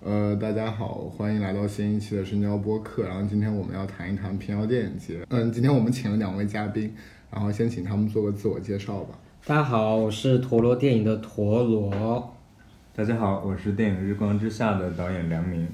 呃，大家好，欢迎来到新一期的深交播客。然后今天我们要谈一谈平遥电影节。嗯，今天我们请了两位嘉宾，然后先请他们做个自我介绍吧。大家好，我是陀螺电影的陀哦螺。大家好，我是电影《日光之下》的导演梁明。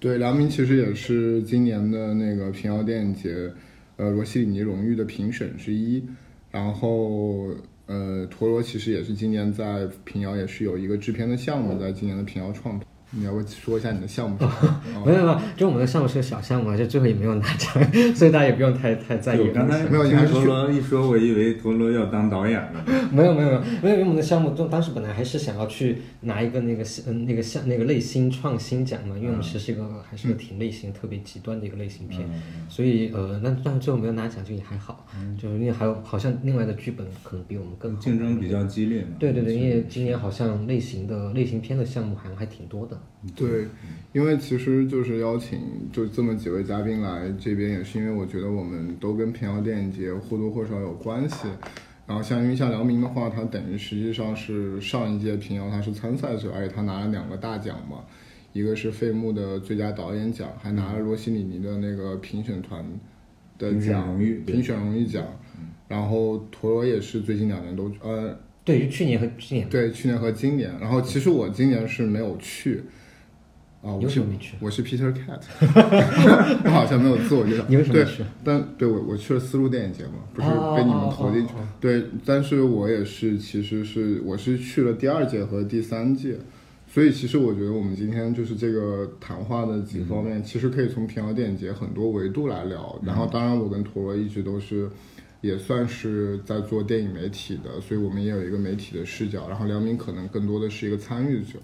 对，梁明其实也是今年的那个平遥电影节，呃，罗西里尼荣誉的评审之一。然后，呃，陀螺其实也是今年在平遥也是有一个制片的项目，在今年的平遥创投。你要不说一下你的项目是什么？没有没有，就我们的项目是个小项目，就最后也没有拿奖，所以大家也不用太太在对意我。刚才没有你还听是陀螺一说，我以为陀螺要当导演了。没有没有没有，没有，因为我们的项目当当时本来还是想要去拿一个那个嗯那个项那个类型创新奖嘛，因为我们其实是一个还是个挺类型特别极端的一个类型片，嗯所以呃那但最后没有拿奖就也还好，就是因为还有好像另外的剧本可能比我们更好。竞争比较激烈嘛。对对对，因为今年好像类型的类型片的项目还还挺多的。嗯对，因为其实就是邀请就这么几位嘉宾来这边，也是因为我觉得我们都跟平遥电影节或多或少有关系。然后像因为像梁明的话，他等于实际上是上一届平遥他是参赛者，而且他拿了两个大奖嘛，一个是费穆的最佳导演奖，还拿了罗西里尼的那个评选团的评选奖荣誉对评选荣誉奖。然后陀螺也是最近两年都呃对，就去年和去年对，去年和今年。然后其实我今年是没有去，啊、你我为是什么没去我是 Peter Cat，我好像没有自我介绍。 你为什么对没去？但对我我去了丝路电影节嘛，不是哦被你们哦投进去。哦哦对，但是我也是，其实是我是去了第二届和第三届。所以其实我觉得我们今天就是这个谈话的几方面，其实可以从平遥电影节很多维度来聊。然后当然我跟陀螺一直都是，也算是在做电影媒体的，所以我们也有一个媒体的视角。然后梁明可能更多的是一个参与者。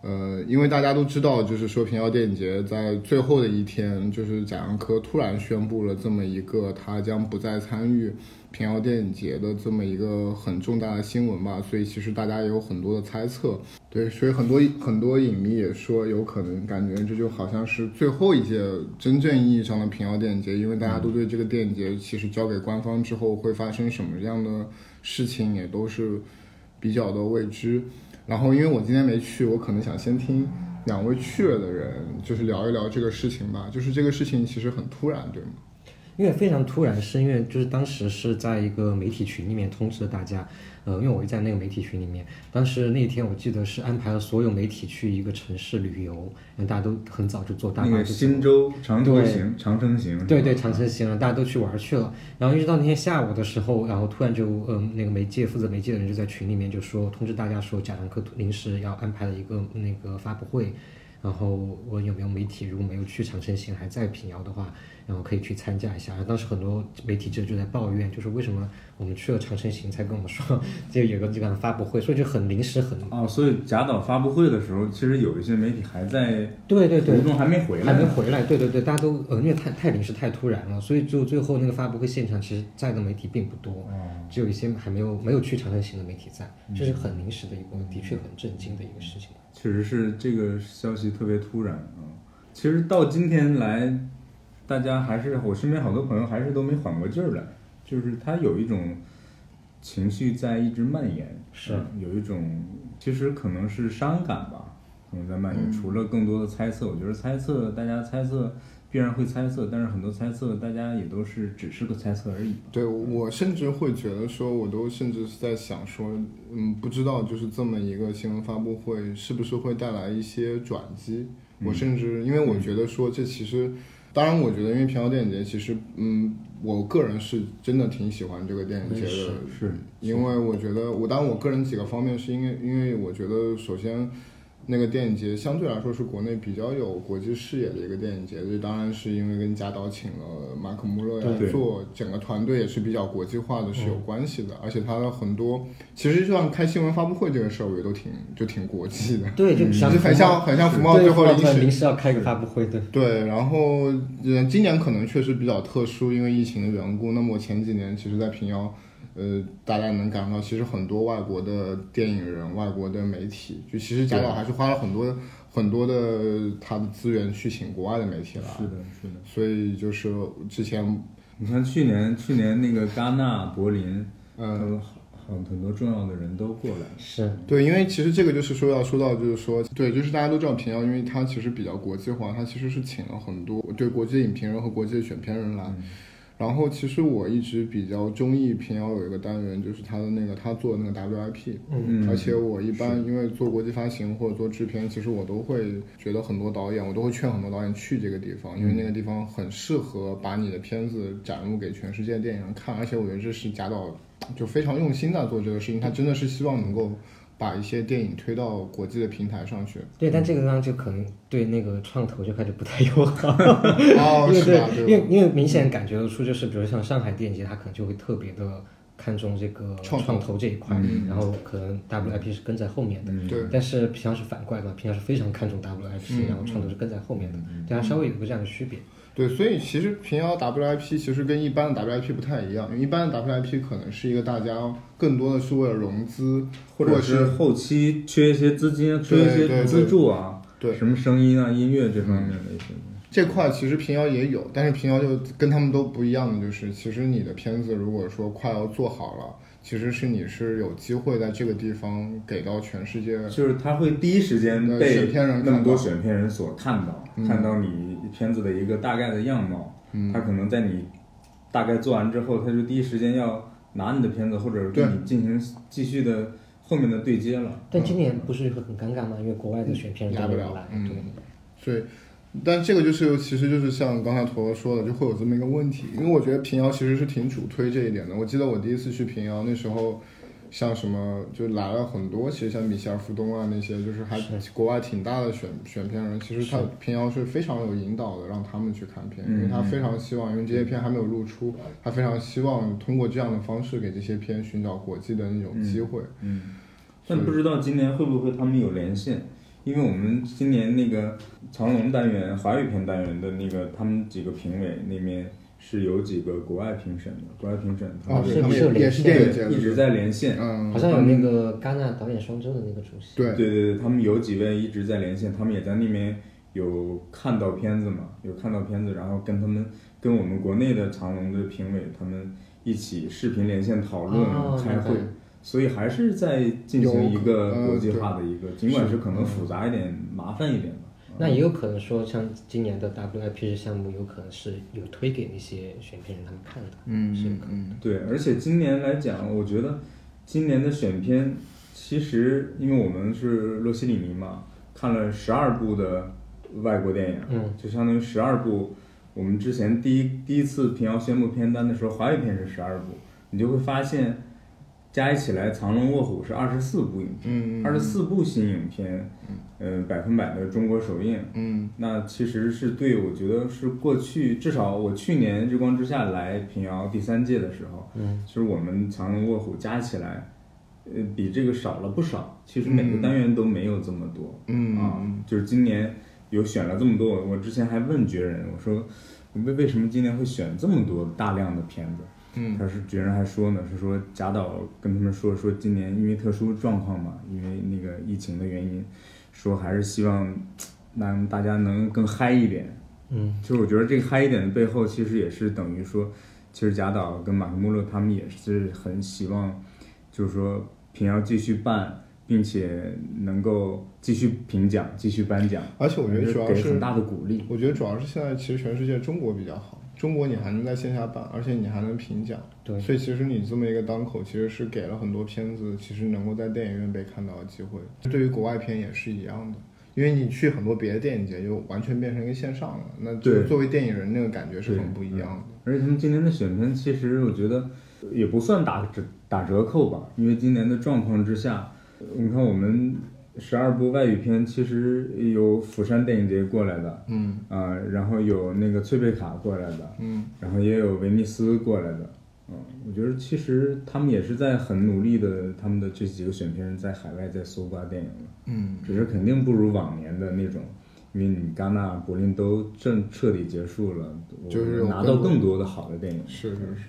呃，因为大家都知道，就是说平遥电影节在最后的一天，就是贾樟柯突然宣布了这么一个他将不再参与平遥电影节的这么一个很重大的新闻吧，所以其实大家也有很多的猜测，对，所以很多很多影迷也说，有可能感觉这就好像是最后一届真正意义上的平遥电影节，因为大家都对这个电影节其实交给官方之后会发生什么样的事情，也都是比较的未知。然后因为我今天没去，我可能想先听两位去了的人，就是聊一聊这个事情吧。就是这个事情其实很突然，对吗？因为非常突然，是因为就是当时是在一个媒体群里面通知了大家，呃，因为我在那个媒体群里面，当时那天我记得是安排了所有媒体去一个城市旅游，因为大家都很早就坐大那巴个就走新洲长途行、长城行。对对，长城行了，大家都去玩去了。然后一直到那天下午的时候，然后突然就嗯，那个媒介负责媒介的人就在群里面就说通知大家说贾樟柯临时要安排了一个嗯那个发布会，然后我有没有媒体如果没有去长城行还在平遥的话，然后可以去参加一下。然后当时很多媒体记者就在抱怨，就是为什么我们去了长城行才跟我们说 就有个这样的发布会，所以就很临时很哦，所以贾导发布会的时候，其实有一些媒体还在对对对途中还没回还来没呢。回来，对对对，大家都呃，因为太太临时太突然了，所以就最后那个发布会现场，其实在的媒体并不多，哦只有一些还没有没有去长城行的媒体在，这是很临时的一个，的确很震惊的一个事情。确实是这个消息特别突然啊、嗯其实到今天来，大家还是我身边好多朋友还是都没缓过劲儿来，就是他有一种情绪在一直蔓延，是嗯有一种其实可能是伤感吧，可能在蔓延。除了更多的猜测，我觉得猜测大家猜测必然会猜测，但是很多猜测大家也都是只是个猜测而已。对我甚至会觉得说，我都甚至是在想说，嗯，不知道就是这么一个新闻发布会是不是会带来一些转机。我甚嗯至因为我觉得说，这其实，当然我觉得，因为平遥电影节其实，嗯，我个人是真的挺喜欢这个电影节的，是因为我觉得我当然我个人几个方面是因为因为我觉得首先。那个电影节相对来说是国内比较有国际视野的一个电影节，这当然是因为跟贾导请了马可·穆勒来对做，整个团队也是比较国际化的，是有嗯关系的。而且他的很多，其实就像开新闻发布会这个事儿，我觉得都挺就挺国际的，对，就其嗯实很像很像福茂对最后福临茂突然时临时要开个发布会，对，对，然后呃，今年可能确实比较特殊，因为疫情的缘故。那么我前几年其实，在平遥，呃，大家能感受到，其实很多外国的电影人、外国的媒体，就其实贾导还是花了很多很多的他的资源去请国外的媒体来。是的，是的。所以就是之前，你看去年去年那个戛纳、柏林，嗯呃，很很多重要的人都过来了。是，对，因为其实这个就是说要说到，就是说，对，就是大家都知道平遥，因为它其实比较国际化，它其实是请了很多对国际影评人和国际的选片人来。嗯然后其实我一直比较中意平遥有一个单元，就是他的那个他做的那个 WIP，嗯而且我一般因为做国际发行或者做制片，其实我都会觉得很多导演，我都会劝很多导演去这个地方，因嗯为那个地方很适合把你的片子展露给全世界电影人看。而且我觉得这是贾导就非常用心在做这个事情，他真的是希望能够把一些电影推到国际的平台上 去。对，但这个地方就可能对那个创投就开始不太友好， 哦，因为是吧？对，因对吧为因为明显感觉得出，就是比如像上海电影节，它可能就会特别的看重这个创投创投这一块，嗯然后可能 WIP 是跟在后面的。嗯对但是平常是反过来嘛，平常是非常看重 WIP，、嗯然后创投是跟在后面的，对它稍微有个这样的区别。对，所以其实平遥 WIP 其实跟一般的 WIP 不太一样，因为一般的 WIP 可能是一个大家更多的是为了融资，或者是后期缺一些资金，缺对一对些对资助啊，对什么声音啊、音乐这方面的一些。这块其实平遥也有，但是平遥就跟他们都不一样的就是，其实你的片子如果说快要做好了，其实是你是有机会在这个地方给到全世界。就是他会第一时间呃被选片人那么看多到选片人所看到，嗯看到你片子的一个大概的样貌。嗯他可能在你大概做完之后，他就第一时间要拿你的片子，或者对跟你进行继续的后面的对接了。但今年不是会很尴尬吗？因为国外的选片人压都不没有了来，嗯对。所以，但这个就是其实就是像刚才陀螺说的，就会有这么一个问题，因为我觉得平遥其实是挺主推这一点的。我记得我第一次去平遥那时候。像什么就来了很多，其实像米歇尔·福东啊那些，就是还是国外挺大的选选片人，其实他是平遥是非常有引导的，让他们去看片，嗯因为他非常希望，因为这些片还没有露出，他非常希望通过这样的方式给这些片寻找国际的那种机会。嗯，但不知道今年会不会他们有连线，因为我们今年那个长龙单元华语片单元的那个他们几个评委那边是有几个国外评审的，国外评审他啊，们哦对，是他不们是有也也联是系电影节对的一直在连线。嗯，好像有那个戛纳导演双周的那个主席，对对对对，他们有几位一直在连线，他们也在那边有看到片子嘛，有看到片子，然后跟他们跟我们国内的长隆的评委他们一起视频连线讨论、哦开会明白，所以还是在进有行一个呃国际化的一个，尽管是可能复杂一点、麻烦一点吧。那也有可能说，像今年的 WIP 项目，有可能是有推给那些选片人他们看的，嗯是有嗯可能。嗯，对，而且今年来讲，我觉得今年的选片，其实因为我们是洛西里尼嘛，看了十二部的外国电影，嗯，就相当于十二部。我们之前第一第一次平遥宣布片单的时候，华语片是十二部，你就会发现加一起来，《藏龙卧虎》是二十四部影片，嗯，二十四部新影片，嗯、呃，百分百的中国首映，嗯，那其实是对，我觉得是过去至少我去年日光之下来平遥第三届的时候，嗯，就是我们藏龙卧虎加起来，呃，比这个少了不少。其实每个单元都没有这么多，嗯啊，就是今年有选了这么多，我我之前还问觉人，我说为为什么今年会选这么多大量的片子？嗯他是居然还说呢，是说贾导跟他们说说今年因为特殊状况嘛，因为那个疫情的原因，说还是希望让大家能更嗨一点。嗯，就是我觉得这个嗨一点的背后，其实也是等于说，其实贾导跟马克穆勒他们也是很希望，就是说平遥继续办，并且能够继续评奖、继续颁奖，而且我觉得主要还给是很大的鼓励。我觉得主要是现在其实全世界中国比较好，中国你还能在线下办，而且你还能评奖，对所以其实你这么一个档口，其实是给了很多片子其实能够在电影院被看到的机会。对于国外片也是一样的，因为你去很多别的电影节就完全变成一个线上了，那就对作为电影人那个感觉是对很不一样的。而且他们今年的选片，其实我觉得也不算打折打折扣吧，因为今年的状况之下，呃你看我们十二部外语片，其实有釜山电影节过来的，嗯啊、然后有那个翠贝卡过来的，嗯，然后也有威尼斯过来的，嗯，我觉得其实他们也是在很努力的，他们的这几个选片人在海外在搜刮电影了。嗯只是肯定不如往年的那种，因为你戛纳、柏林都正彻底结束了，我就是有拿更到多更多的好的电影。是是是，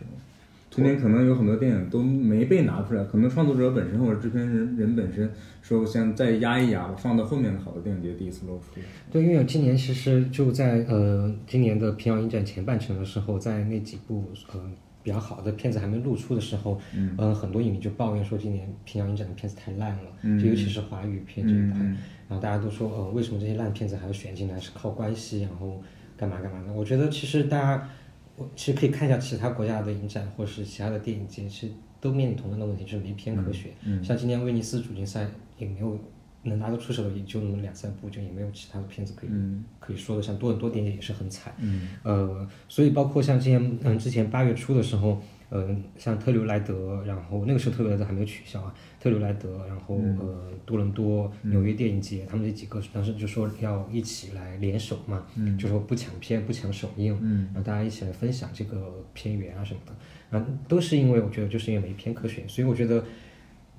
今年可能有很多电影都没被拿出来，可能创作者本身或者制片人人本身说，想再压一压吧，放到后面的好的电影节第一次露出。对，因为我今年其实就在呃今年的平遥影展前半程的时候，在那几部呃比较好的片子还没露出的时候，嗯呃，很多影迷就抱怨说今年平遥影展的片子太烂了，嗯就尤其是华语片这一嗯块。嗯然后大家都说，呃，为什么这些烂片子还要选进来？是靠关系，然后干嘛干嘛的？我觉得其实大家，我其实可以看一下其他国家的影展，或是其他的电影节，其实都面临同样的问题，就是没片可选。嗯像今年威尼斯主竞赛也没有能拿得出手的，也就那么两三部，就也没有其他的片子可以、嗯可以说的。像多伦多电影节也是很惨。嗯呃，所以包括像之前，嗯，之前八月初的时候，呃，像特留莱德，然后那个时候特留莱德还没有取消啊，特留莱德，然后、嗯呃，多伦多、纽约电影节，他们这几个当时就说要一起来联手嘛，嗯就说不抢片、不抢首映，嗯然后大家一起来分享这个片源啊什么的，然后都是因为我觉得就是因为没片可选，所以我觉得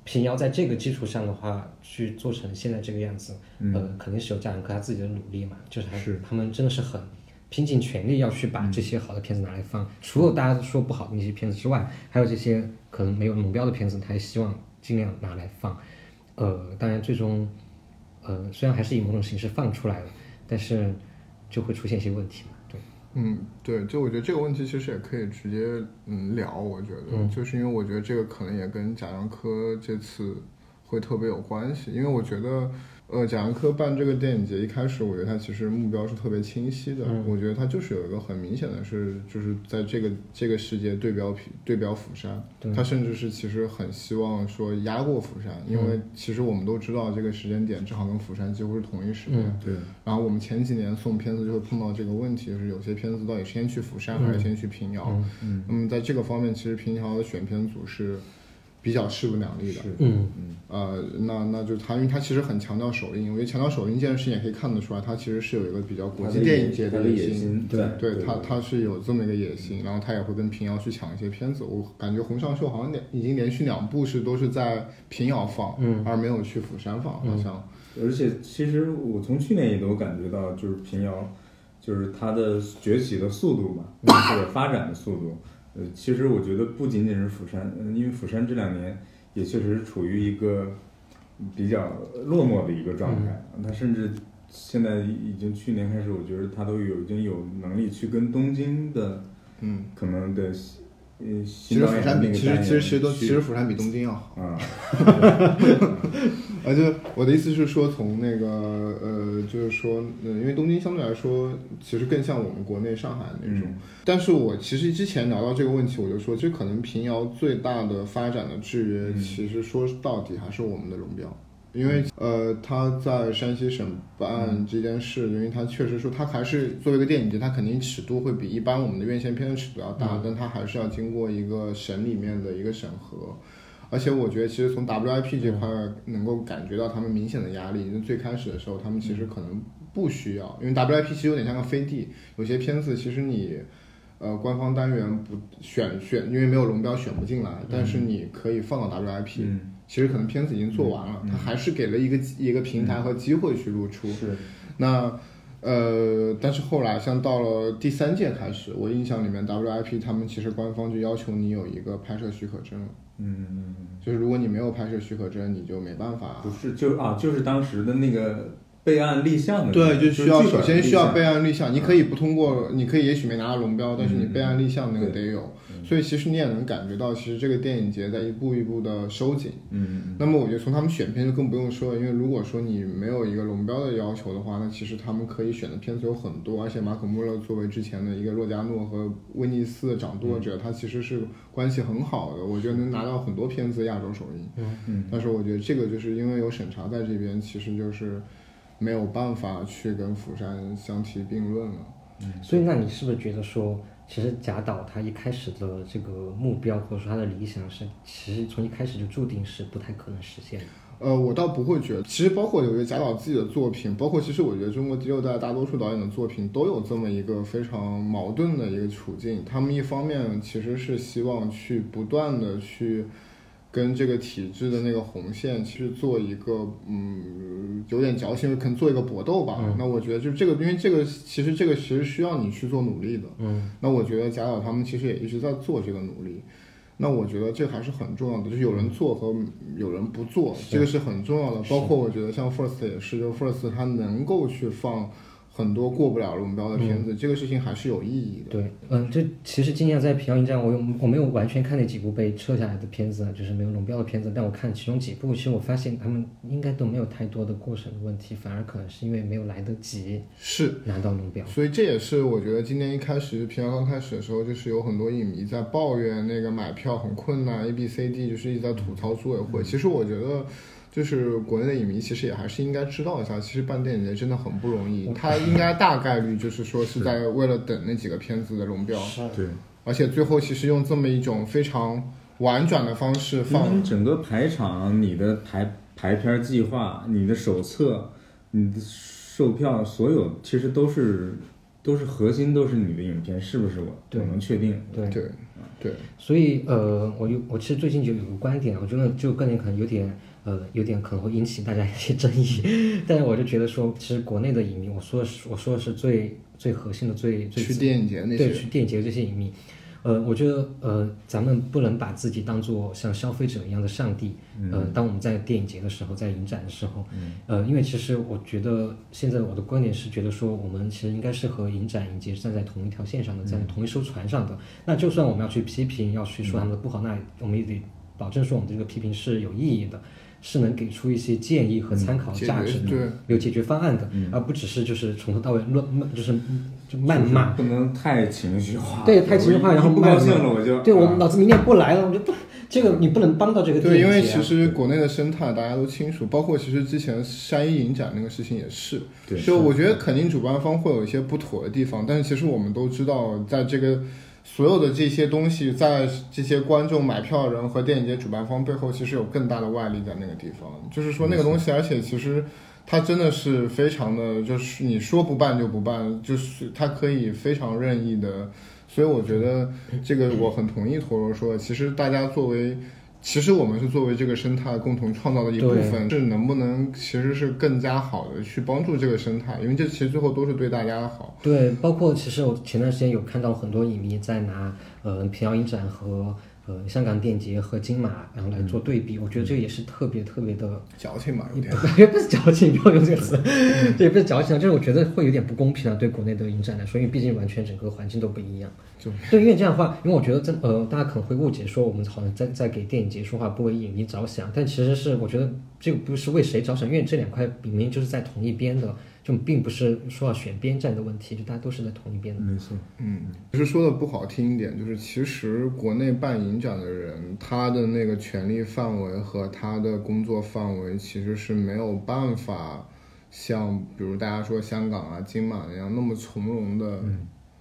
平遥在这个基础上的话，去做成现在这个样子，呃，肯定是有贾樟柯他自己的努力嘛，就是还是他们真的是很拼尽全力要去把这些好的片子拿来放，除了大家说不好的那些片子之外，还有这些可能没有龙标的片子，他也希望尽量拿来放，呃，当然最终，呃，虽然还是以某种形式放出来了，但是就会出现一些问题嘛，对。嗯，对，就我觉得这个问题其实也可以直接嗯聊，我觉得、就是因为我觉得这个可能也跟贾樟柯这次会特别有关系，因为我觉得呃贾樟柯办这个电影节一开始，我觉得他其实目标是特别清晰的，我觉得他就是有一个很明显的是就是在这个这个世界对标对标釜山，他甚至是其实很希望说压过釜山，因为其实我们都知道这个时间点正好跟釜山几乎是同一时间。对，然后我们前几年送片子就会碰到这个问题，就是有些片子到底先去釜山还是先去平遥？嗯那么在这个方面，其实平遥的选片组是比较势不两立的。是嗯呃，那那就他，因为他其实很强调首映，我觉得强调首映这件事情也可以看得出来，他其实是有一个比较国际电影节他的的野野心。心对在，对他，他是有这么一个野心，然后他也会跟平遥去抢一些片子。我感觉洪尚秀好像连已经连续两部是都是在平遥放，嗯而没有去釜山放，好像。而且其实我从去年也都感觉到，就是平遥，就是它的崛起的速度吧，或者发展的速度。呃，其实我觉得不仅仅是釜山，呃因为釜山这两年也确实处于一个比较落寞的一个状态，嗯它甚至现在已经去年开始，我觉得它都有已经有能力去跟东京的嗯，可能的新呃其新实导釜演的山那比个其实其实其实都其去实釜山比东京要好。啊，而且我的意思是说，从那个呃，就是说，呃，因为东京相对来说，其实更像我们国内上海那种。嗯但是我其实之前聊到这个问题，我就说，这可能平遥最大的发展的制约，其实说到底还是我们的龙标。因为呃，他在山西省办这件事，因为他确实说，他还是作为一个电影节，他肯定尺度会比一般我们的院线片的尺度要大，但他还是要经过一个省里面的一个审核。而且我觉得，其实从 WIP 这块能够感觉到他们明显的压力。因为最开始的时候，他们其实可能不需要，因为 WIP 其实有点像个飞地，有些片子其实你呃官方单元不选选，因为没有龙标选不进来，但是你可以放到 WIP，、嗯，其实可能片子已经做完了，它还是给了一个一个平台和机会去露出。是，那呃，但是后来像到了第三届开始，我印象里面 WIP 他们其实官方就要求你有一个拍摄许可证了，嗯嗯嗯。就是如果你没有拍摄许可证，你就没办法不。是，就啊，就是当时的那个备案立项的，对，就需要剧本首先需要立备案立项，你可以不通过，你可以也许没拿到龙标，但是你备案立项那个得有，嗯所以其实你也能感觉到，其实这个电影节在一步一步的收紧。项，嗯那么我觉得从他们选片就更不用说了，因为如果说你没有一个龙标的要求的话，那其实他们可以选的片子有很多，而且马可穆勒作为之前的一个洛迦诺和威尼斯的掌舵者，他其实是关系很好的，我觉得能拿到很多片子亚洲首映。嗯但是我觉得这个就是因为有审查在这边，其实就是没有办法去跟釜山相提并论了。所以，那你是不是觉得说，其实贾导他一开始的这个目标或者说他的理想是，其实从一开始就注定是不太可能实现的。呃，我倒不会觉得，其实包括有些贾导自己的作品，包括其实我觉得中国第六代大多数导演的作品都有这么一个非常矛盾的一个处境。他们一方面其实是希望去不断的去跟这个体制的那个红线去做一个嗯有点矫情，可能做一个搏斗吧。嗯那我觉得就这个，因为这个其实这个其实需要你去做努力的。嗯那我觉得贾导他们其实也一直在做这个努力。那我觉得这还是很重要的，就是有人做和有人不做，这个是很重要的。包括我觉得像 First 也是，就 First 他能够去放。很多过不了龙标的片子，这个事情还是有意义的。嗯对，嗯，这其实今年在平遥影展，我有我没有完全看那几部被撤下来的片子，啊就是没有龙标的片子，但我看其中几部，其实我发现他们应该都没有太多的过审的问题，反而可能是因为没有来得及是，拿到龙标。所以这也是我觉得今年一开始平遥刚开始的时候，就是有很多影迷在抱怨那个买票很困难，A B C D 就是一直在吐槽组委嗯会。其实我觉得。就是国内的影迷其实也还是应该知道一下，其实办电影节真的很不容易。他应该大概率就是说是在为了等那几个片子的龙标，对，而且最后其实用这么一种非常婉转的方式因为放嗯你整个排场、你的排排片计划、你的手册、你的售票，所有其实都是都是核心，都是你的影片是不是我对我能确定？对，对对，所以呃，我有我其实最近就有个观点，我觉得就个人可能有点呃有点可能会引起大家一些争议， 但是我就觉得说，其实国内的影迷，我说的是我说的是最最核心的最最去电影节那对些去电影节这些影迷，呃，我觉得呃，咱们不能把自己当做像消费者一样的上帝。嗯嗯呃，当我们在电影节的时候，在影展的时候，呃，因为其实我觉得现在我的观点是觉得说，我们其实应该是和影展、影节站在同一条线上的，站嗯在同一艘船上的。那就算我们要去批评，要去说他们的不好，那我们也得保证说我们这个批评是有意义的。是能给出一些建议和参嗯考解价值决的，对嗯有解决方案的，而不只是就是从头到尾论，就是就谩骂，不能太情绪化。对，太情绪化，我一然后一不慢高慢兴了我就对我啊老子明天不来了，我就不这个你不能帮到这个啊对，店因为家其实国内的生态大家都清楚，包括其实之前山一影展那个事情也是，对就我觉得肯定主办方会有一些不妥的地方，但是其实我们都知道，在这个所有的这些东西，在这些观众买票人和电影节主办方背后，其实有更大的外力在那个地方，就是说那个东西，而且其实。它真的是非常的，就是你说不办就不办，就是它可以非常任意的，所以我觉得这个我很同意陀螺说的，其实大家作为其实我们是作为这个生态共同创造的一部分，是能不能其实是更加好的去帮助这个生态，因为这其实最后都是对大家好。对，包括其实我前段时间有看到很多影迷在拿呃平遥影展和呃香港电影节和金马然后来做对比，我觉得这也是特别特别的矫情嘛，有点。 也不是矫情，不要用这个词，这也不是矫情，啊就是我觉得会有点不公平啊，对国内的影展来说，因为毕竟完全整个环境都不一样。就对，因为这样的话，因为我觉得这呃，大家可能会误解说我们好像在在给电影节说话，不为影迷着想，但其实是我觉得这个不是为谁着想，因为这两块明明就是在同一边的，就并不是说要选边站的问题，就大家都是在同一边的。没错，嗯，其实说的不好听一点，就是其实国内办影展的人，他的那个权利范围和他的工作范围其实是没有办法像比如大家说香港啊、金马那样那么从容的，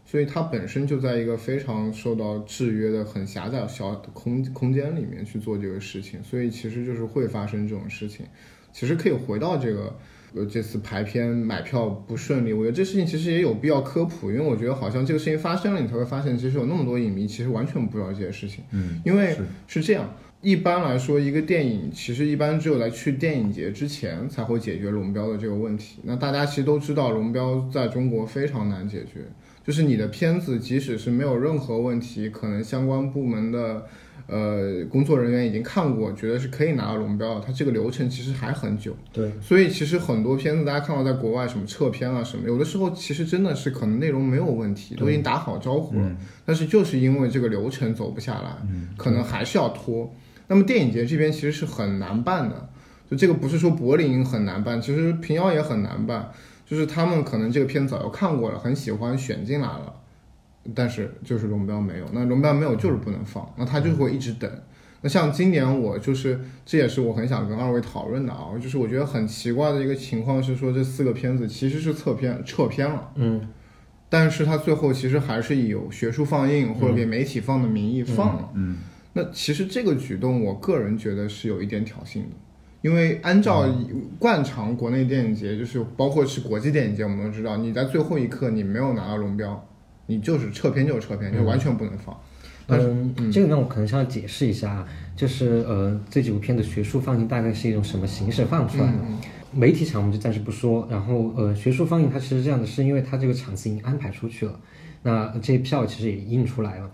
所以它本身就在一个非常受到制约的很狭窄的小空空间里面去做这个事情，所以其实就是会发生这种事情。其实可以回到这个，呃，这次排片买票不顺利，我觉得这事情其实也有必要科普，因为我觉得好像这个事情发生了，你才会发现其实有那么多影迷其实完全不知道这些事情，嗯，因为是是这样。一般来说，一个电影其实一般只有在去电影节之前才会解决龙标的这个问题。那大家其实都知道，龙标在中国非常难解决，就是你的片子即使是没有任何问题，可能相关部门的呃工作人员已经看过，觉得是可以拿到龙标的，它这个流程其实还很久。对，所以其实很多片子大家看到在国外什么撤片啊什么，有的时候其实真的是可能内容没有问题，都已经打好招呼了，但是就是因为这个流程走不下来，嗯可能还是要拖。那么电影节这边其实是很难办的，就这个不是说柏林很难办，其实平遥也很难办，就是他们可能这个片子早就看过了，很喜欢选进来了，但是就是龙标没有，那龙标没有就是不能放，那他就会一直等。那像今年我就是，这也是我很想跟二位讨论的啊，就是我觉得很奇怪的一个情况是说，这四个片子其实是测片撤片了，嗯，但是它最后其实还是以有学术放映或者给媒体放的名义放了。嗯，那其实这个举动，我个人觉得是有一点挑衅的，因为按照嗯惯常国内电影节，就是包括是国际电影节，我们都知道，你在最后一刻你没有拿到龙标，你就是撤片就撤片，嗯就完全不能放。但是嗯，这个呢，我可能是要解释一下，啊，就是呃，这几部片的学术放映大概是一种什么形式嗯放出来的？媒体场我们就暂时不说，然后呃，学术放映它其实这样的是因为它这个场次已经安排出去了，那这些票其实也印出来了，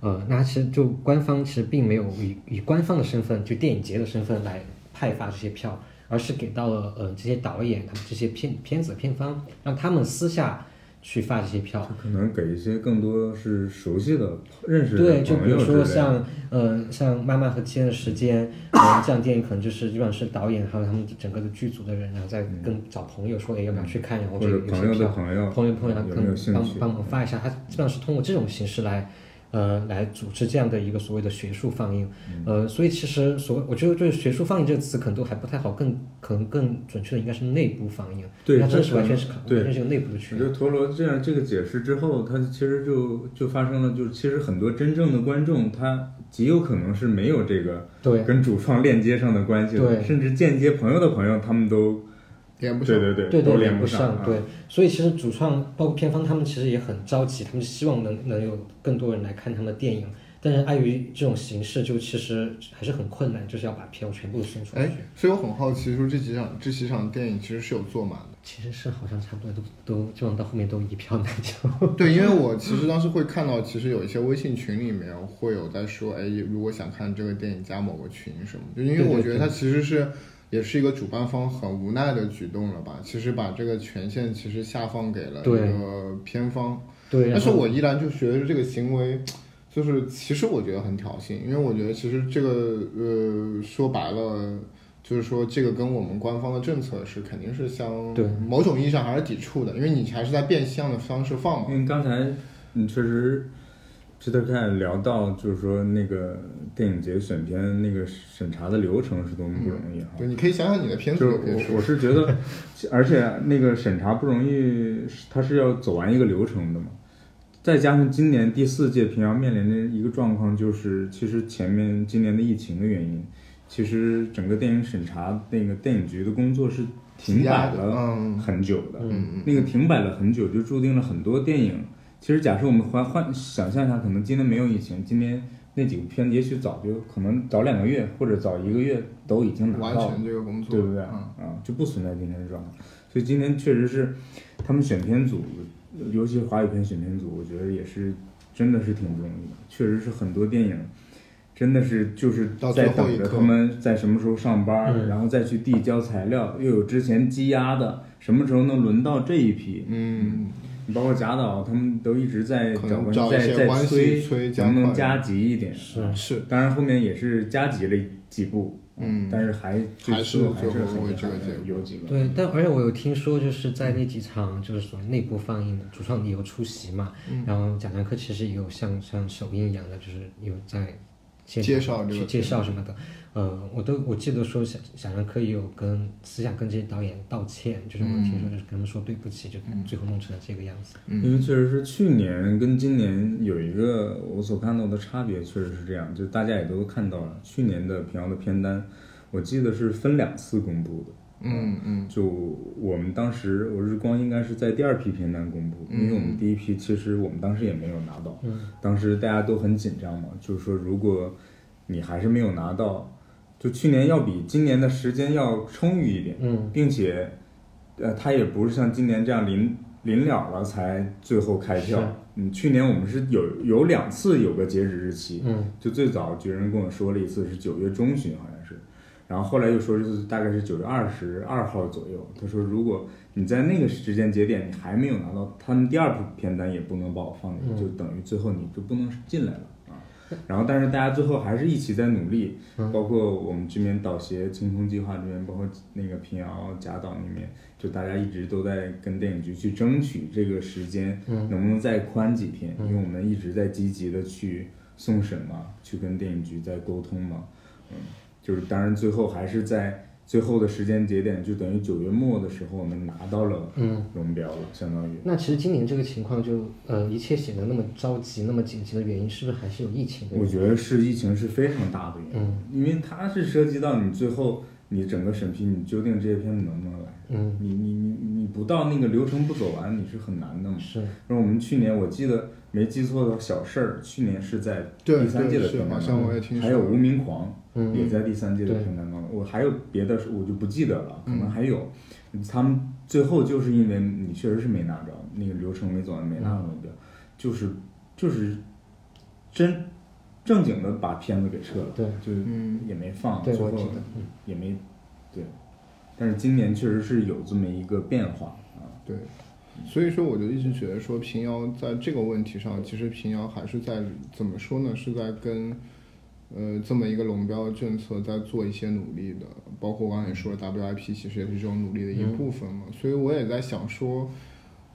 呃，那其实就官方其实并没有以以官方的身份，就电影节的身份来派发这些票，而是给到了呃这些导演他们这些片片子片方，让他们私下去发这些票。可能给一些更多是熟悉的、认识的对，就比朋友如之类说的像呃像《妈妈和亲爱的时间》呃，这样电影可能就是基本上是导演还有他们整个的剧组的人，然后再跟找朋友说，哎要不要去看，然后嗯或这者个有朋友些的票，朋友朋友朋友，然后有可没有能兴帮趣？帮我们发一下，他基本上是通过这种形式来。呃，来组织这样的一个所谓的学术放映，嗯呃，所以其实所谓我觉得对“学术放映”这个词可能都还不太好，更可能更准确的应该是内部放映，对它真的它是可完全能是完对全是个内部的区我别觉。得陀螺这样这个解释之后，它其实就就发生了，就是其实很多真正的观众，他极有可能是没有这个对，跟主创链接上的关系的，对甚至间接朋友的朋友，他们都连不对上。对对，对都连连不上，啊对，所以其实主创包括片方他们其实也很着急，他们希望能能有更多人来看他们的电影，但是碍于这种形式，就其实还是很困难，就是要把票全部送出去哎。，所以我很好奇，说这几场这几场电影其实是有坐满的。其实是好像差不多都都基本上到后面都一票难求。 对，因为我其实当时会看到，其实有一些微信群里面会有在说，哎，如果想看这个电影，加某个群什么的。就因为对对我觉得它其实是也是一个主办方很无奈的举动了吧，其实把这个权限其实下放给了这对个片方。对，然但是后我依然就觉得这个行为，就是其实我觉得很挑衅，因为我觉得其实这个呃说白了，就是说这个跟我们官方的政策是肯定是相对某种意义上还是抵触的，因为你还是在变相的方式放嘛。因为刚才你确实 Peter k 聊到，就是说那个电影节选片那个审查的流程是多么不容易哈、啊对，你可以想想你的片子就就是可以我说我，是觉得，而且那个审查不容易，它是要走完一个流程的嘛。再加上今年第四届平遥面临的一个状况，就是其实前面今年的疫情的原因，其实整个电影审查那个电影局的工作是停摆了嗯很久的。嗯那个停摆了很久，就注定了很多电影。其实假设我们换换想象一下，可能今年没有疫情，今年那几部片也许早就可能早两个月或者早一个月都已经拿完到了成这个工作，对不对？嗯啊、就不存在今天的状态。所以今天确实是他们选片组，尤其是华语片选片组，我觉得也是真的是挺不容易的。确实是很多电影真的是就是到在最后一等着刻他们在什么时候上班，嗯然后再去递交材料，又有之前积压的，什么时候能轮到这一批？嗯，包括贾导他们都一直在可找能关找一在些在关系催催加能不能快加急一点。是是，当然后面也是加急了几步，嗯但是还最还是初还最是后很会遗这个憾的结果有几个对，但而且我有听说，就是在那几场就是所谓内部放映的，主创也有出席嘛，嗯然后贾樟柯其实也有像像首映一样的，就是有在现介场绍这去个介绍什么的。呃，我都我记得说贾贾樟柯也有跟私下跟这些导演道歉，就是我听说就是跟他们说对不起，就最后弄成了这个样子。嗯因为确实是去年跟今年有一个我所看到的差别，确实是这样，就大家也都看到了，去年的平遥的片单，我记得是分两次公布的。嗯嗯就我们当时，我日光应该是在第二批片单公布，因为我们第一批其实我们当时也没有拿到，嗯当时大家都很紧张嘛，就是说如果你还是没有拿到，就去年要比今年的时间要充裕一点，嗯，并且，呃，它也不是像今年这样临临了了才最后开票是。嗯，去年我们是有有两次有个截止日期，嗯，就最早有人跟我说了一次是九月中旬，好像是，然后后来又说是大概是九月二十二号左右。他说，如果你在那个时间节点你还没有拿到，他们第二部片单也不能把我放进去，就等于最后你就不能进来了啊。然后，但是大家最后还是一起在努力，包括我们这边导协青空计划这边，包括那个平遥贾导那边，就大家一直都在跟电影局去争取这个时间，能不能再宽几天？因为我们一直在积极的去送审嘛，去跟电影局在沟通嘛，嗯，就是当然最后还是在最后的时间节点，就等于九月末的时候，我们拿到了嗯龙标了，相当于。那其实今年这个情况就呃一切显得那么着急、那么紧急的原因，是不是还是有疫情的原我因？觉得是疫情是非常大的嗯原因，因为它是涉及到你最后你整个审批，你究竟这些片子能不能来，嗯，你你你你不到那个流程不走完，你是很难的嘛。是那我们去年我记得没记错的小事儿，去年是在对第三届的对是片单好上像我也听说还有无名狂、嗯也在第三届的对片单当中，我还有别的我就不记得了，可嗯能还有。他们最后就是因为你确实是没拿着那个流程没走完，没拿嗯到目标，就是就是真正经的把片子给撤了，对就是嗯也没放，对最后我记得也没对，但是今年确实是有这么一个变化啊。对，所以说我就一直觉得说平遥在这个问题上，其实平遥还是在怎么说呢？是在跟呃这么一个龙标政策在做一些努力的，包括我刚才也说了，WIP 其实也是这种努力的一部分嘛。所以我也在想说，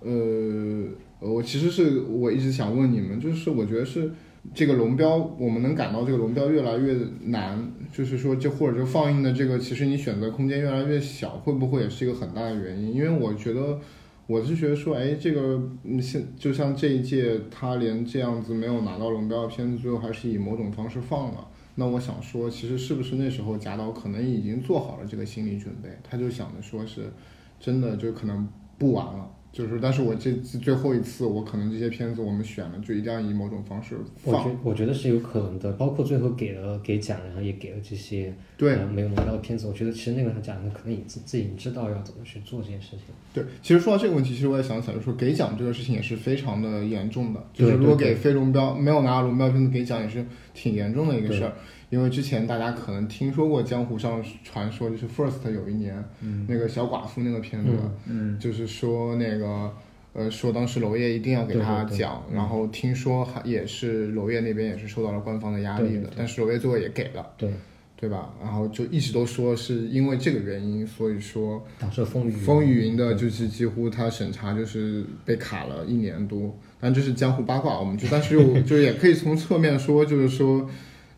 呃，我其实是我一直想问你们，就是我觉得是。这个龙标，我们能感到这个龙标越来越难，就是说这或者就放映的这个，其实你选择空间越来越小，会不会也是一个很大的原因？因为我觉得我是觉得说，哎，这个嗯，现就像这一届他连这样子没有拿到龙标的片子，最后还是以某种方式放了。那我想说，其实是不是那时候贾导可能已经做好了这个心理准备，他就想着说是真的就可能不玩了。就是，但是我这次最后一次，我可能这些片子我们选了，就一定要以某种方式我放。觉我觉得是有可能的，包括最后给了给奖，然后也给了这些对呃没有拿到的片子，我觉得其实那个奖呢，可能也自自己知道要怎么去做这件事情。对，其实说到这个问题，其实我也想起来，就是给奖这个事情也是非常的严重的，就对是如果对给非龙标没有拿到龙标片子给奖，也是挺严重的一个事儿。因为之前大家可能听说过江湖上传说，就是 First 有一年、嗯那个小寡妇那个片子，嗯，就是说那个呃，说当时娄烨一定要给他对对嗯对讲，然后听说还也是娄烨那边也是受到了官方的压力的，对对对但是娄烨最后也给了，对，对吧？然后就一直都说是因为这个原因，所以说导致风雨风雨云的就是几乎他审查就是被卡了一年多，但这是江湖八卦，我们就但是 又就也可以从侧面说，就是说，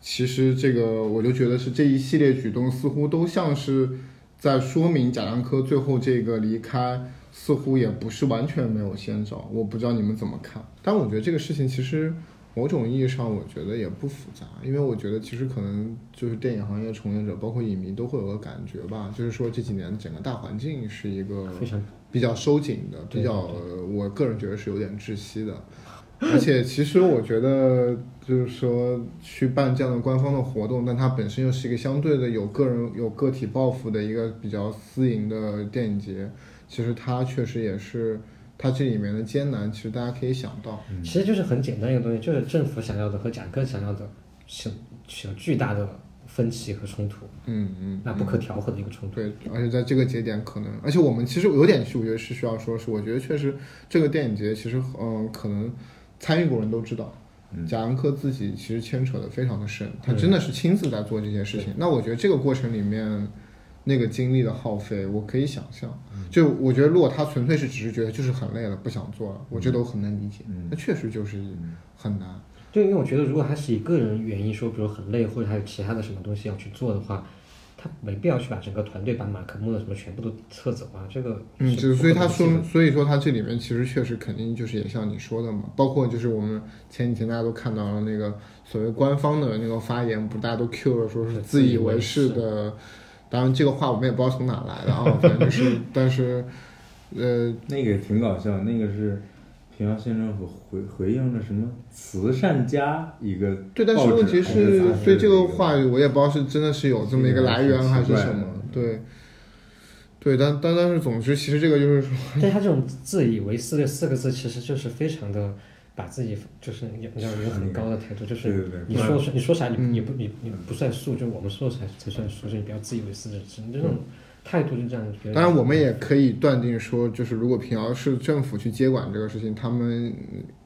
其实这个我就觉得是这一系列举动似乎都像是在说明贾樟柯最后这个离开似乎也不是完全没有先兆，我不知道你们怎么看，但我觉得这个事情其实。某种意义上，我觉得也不复杂，因为我觉得其实可能就是电影行业从业者，包括影迷都会有个感觉吧，就是说这几年整个大环境是一个非常比较收紧的，比对较呃我个人觉得是有点窒息的。而且其实我觉得， 就是说去办这样的官方的活动，但它本身又是一个相对的有个人有个体抱负的一个比较私营的电影节，其实它确实也是它这里面的艰难，其实大家可以想到。嗯其实就是很简单一个东西，就是政府想要的和贾科想要的是是有巨大的分歧和冲突，嗯嗯，那不可调和的一个冲突。对，而且在这个节点可能，而且我们其实有点是，我觉得是需要说是，我觉得确实这个电影节其实嗯、可能参与过人都知道，嗯贾樟柯自己其实牵扯的非常的深，他真的是亲自在做这些事情。那我觉得这个过程里面。那个精力的耗费，我可以想象。就我觉得，如果他纯粹是只是觉得就是很累了，不想做了，我这都很能理解。嗯那确实就是很难。对，因为我觉得如果他是以个人原因说，比如很累，或者还有其他的什么东西要去做的话，他没必要去把整个团队把马可莫的什么全部都撤走啊。这个嗯，是就是不所以可他能说性明，的所以说他这里面其实确实肯定就是也像你说的嘛，包括就是我们前几天大家都看到了那个所谓官方的那个发言，不大家都 Q 了说是对自自以以为为是是的，当然这个话我们也不知道从哪来的啊，反正就是，但是，呃，那个也挺搞笑，那个是平遥县政府回回应了什么慈善家一个对，但是报纸问题还是杂是，志所以这的个一话我也不知道是真的是有这么一个来源还是什么，对，对，但但但是总之，其实这个就是说，但他这种自以为是的四个字，其实就是非常的把自己就是要要有一个很高的态度，就对是对对你说是你说啥你嗯你不你你不算数，就我们说的才才算数，就你不要自以为是，你这种态度就这样。别人嗯当然我们也可以断定说，就是如果平遥市政府去接管这个事情，他们